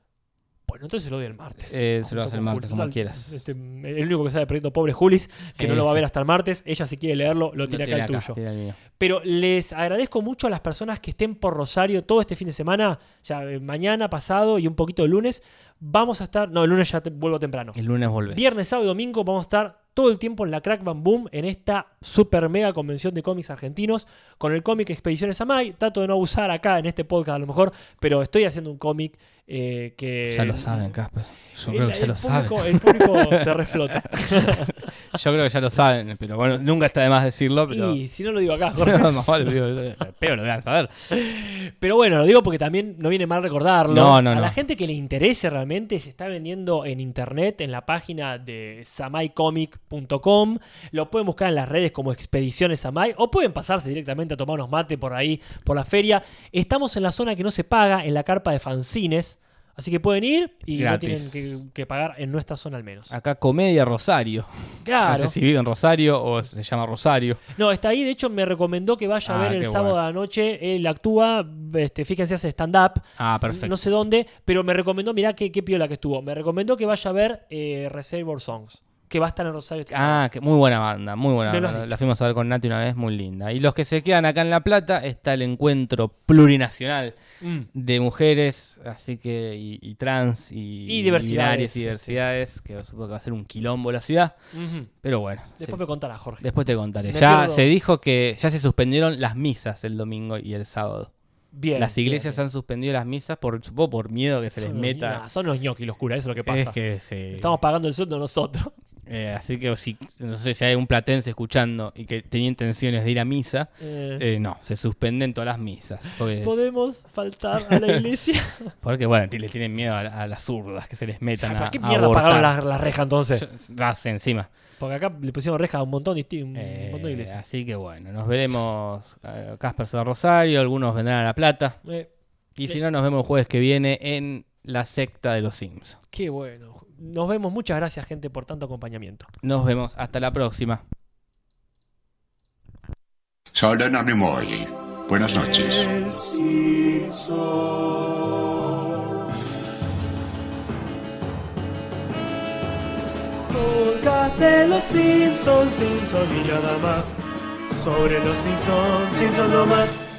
Speaker 2: Bueno, entonces lo doy el martes.
Speaker 3: Eh,
Speaker 2: Junto
Speaker 3: se lo hace el
Speaker 2: con
Speaker 3: martes,
Speaker 2: Juli.
Speaker 3: como
Speaker 2: Total,
Speaker 3: quieras.
Speaker 2: este, el único que sabe proyecto pobre es Julis, que no
Speaker 3: Eh,
Speaker 2: lo va a
Speaker 3: sí.
Speaker 2: ver hasta el martes. Ella, si quiere leerlo, lo tiene acá el tuyo.
Speaker 3: tiene el mío.
Speaker 2: Pero les agradezco mucho a las personas que estén por Rosario todo este fin de semana, ya eh, mañana, pasado y un poquito el lunes. Vamos a estar. No, el lunes ya te- vuelvo temprano.
Speaker 3: El lunes volvés.
Speaker 2: Viernes, sábado y domingo vamos a estar todo el tiempo en la Crack Bam Boom en esta super mega convención de cómics argentinos con el cómic Expediciones a Mai. Trato de no abusar acá en este podcast a lo mejor, pero estoy haciendo un cómic eh, que...
Speaker 3: Ya lo saben, Casper. Yo
Speaker 2: El-
Speaker 3: creo que ya
Speaker 2: el
Speaker 3: lo
Speaker 2: público-
Speaker 3: saben.
Speaker 2: El público se reflota.
Speaker 3: Yo creo que ya lo saben, pero bueno, nunca está de más decirlo, pero.
Speaker 2: Y si no lo digo acá, Jorge.
Speaker 3: Pero más vale, digo, pero lo voy a saber.
Speaker 2: Pero bueno, lo digo porque también no viene mal recordarlo.
Speaker 3: No, no,
Speaker 2: a la
Speaker 3: no.
Speaker 2: gente que le interese realmente se está vendiendo en internet, en la página de samaycomic.com. Lo pueden buscar en las redes como Expediciones Samay o pueden pasarse directamente a tomar unos mate por ahí, por la feria. Estamos en la zona que no se paga, en la carpa de fanzines. Así que pueden ir y
Speaker 3: Gratis. Ah,
Speaker 2: no tienen que, que pagar en nuestra zona al menos.
Speaker 3: Acá Comedia Rosario.
Speaker 2: Claro.
Speaker 3: No sé si vive en Rosario o se llama Rosario.
Speaker 2: No, está ahí. De hecho, me recomendó que vaya a
Speaker 3: Ah,
Speaker 2: ver el
Speaker 3: qué
Speaker 2: sábado
Speaker 3: bueno.
Speaker 2: a la noche. Él actúa, este, fíjense, hace stand-up.
Speaker 3: Ah, perfecto.
Speaker 2: No sé dónde, pero me recomendó, mirá qué, qué piola que estuvo. Me recomendó que vaya a ver eh, Reservoir Songs, que va a estar en Rosario. este sábado.
Speaker 3: Ah, que muy buena banda, muy buena
Speaker 2: Me lo has
Speaker 3: banda. La
Speaker 2: dicho.
Speaker 3: fuimos a ver con Nati una vez, muy linda. Y los que se quedan acá en La Plata está el encuentro plurinacional
Speaker 2: Mm.
Speaker 3: de mujeres, así que, y, y trans, y,
Speaker 2: Y diversidades,
Speaker 3: binarias y
Speaker 2: sí.
Speaker 3: diversidades, que supongo que va a ser un quilombo la ciudad,
Speaker 2: Ujú.
Speaker 3: pero bueno. sí.
Speaker 2: Después me contará, Jorge.
Speaker 3: Después te contaré.
Speaker 2: Me
Speaker 3: Ya
Speaker 2: pierdo.
Speaker 3: se dijo que ya se suspendieron las misas el domingo y el sábado.
Speaker 2: Bien.
Speaker 3: las iglesias han suspendido las misas por, supongo, por miedo que se les meta.
Speaker 2: son los ñoquis los curas, eso es lo que pasa.
Speaker 3: Es que se-
Speaker 2: Estamos pagando el sueldo nosotros.
Speaker 3: eh, así que si, no sé si hay un platense escuchando y que tenía intenciones de ir a misa,
Speaker 2: Eh,
Speaker 3: eh, no, se suspenden todas las misas. Porque,
Speaker 2: Podemos faltar a la iglesia.
Speaker 3: porque, bueno, t- le tienen miedo a, a las zurdas que se les metan a,
Speaker 2: ¿Para qué
Speaker 3: a
Speaker 2: mierda
Speaker 3: abortar.
Speaker 2: pagaron las las rejas entonces?
Speaker 3: Yo- las encima.
Speaker 2: Porque acá le pusieron rejas a un montón de, Mm, un
Speaker 3: Eh,
Speaker 2: montón de iglesias.
Speaker 3: así que bueno, nos veremos. eh, Casper se va a Rosario, algunos vendrán a La Plata.
Speaker 2: Eh,
Speaker 3: Y si no, nos vemos el jueves que viene en la secta de los Sims.
Speaker 2: Qué bueno. Nos vemos. Muchas gracias, gente, por tanto acompañamiento.
Speaker 3: Nos vemos. Hasta la próxima.
Speaker 6: Saurana Memori. Buenas noches.
Speaker 1: Podcast de los Simpsons, Simpson y nada más. Sobre los Simpsons, Simpson no más.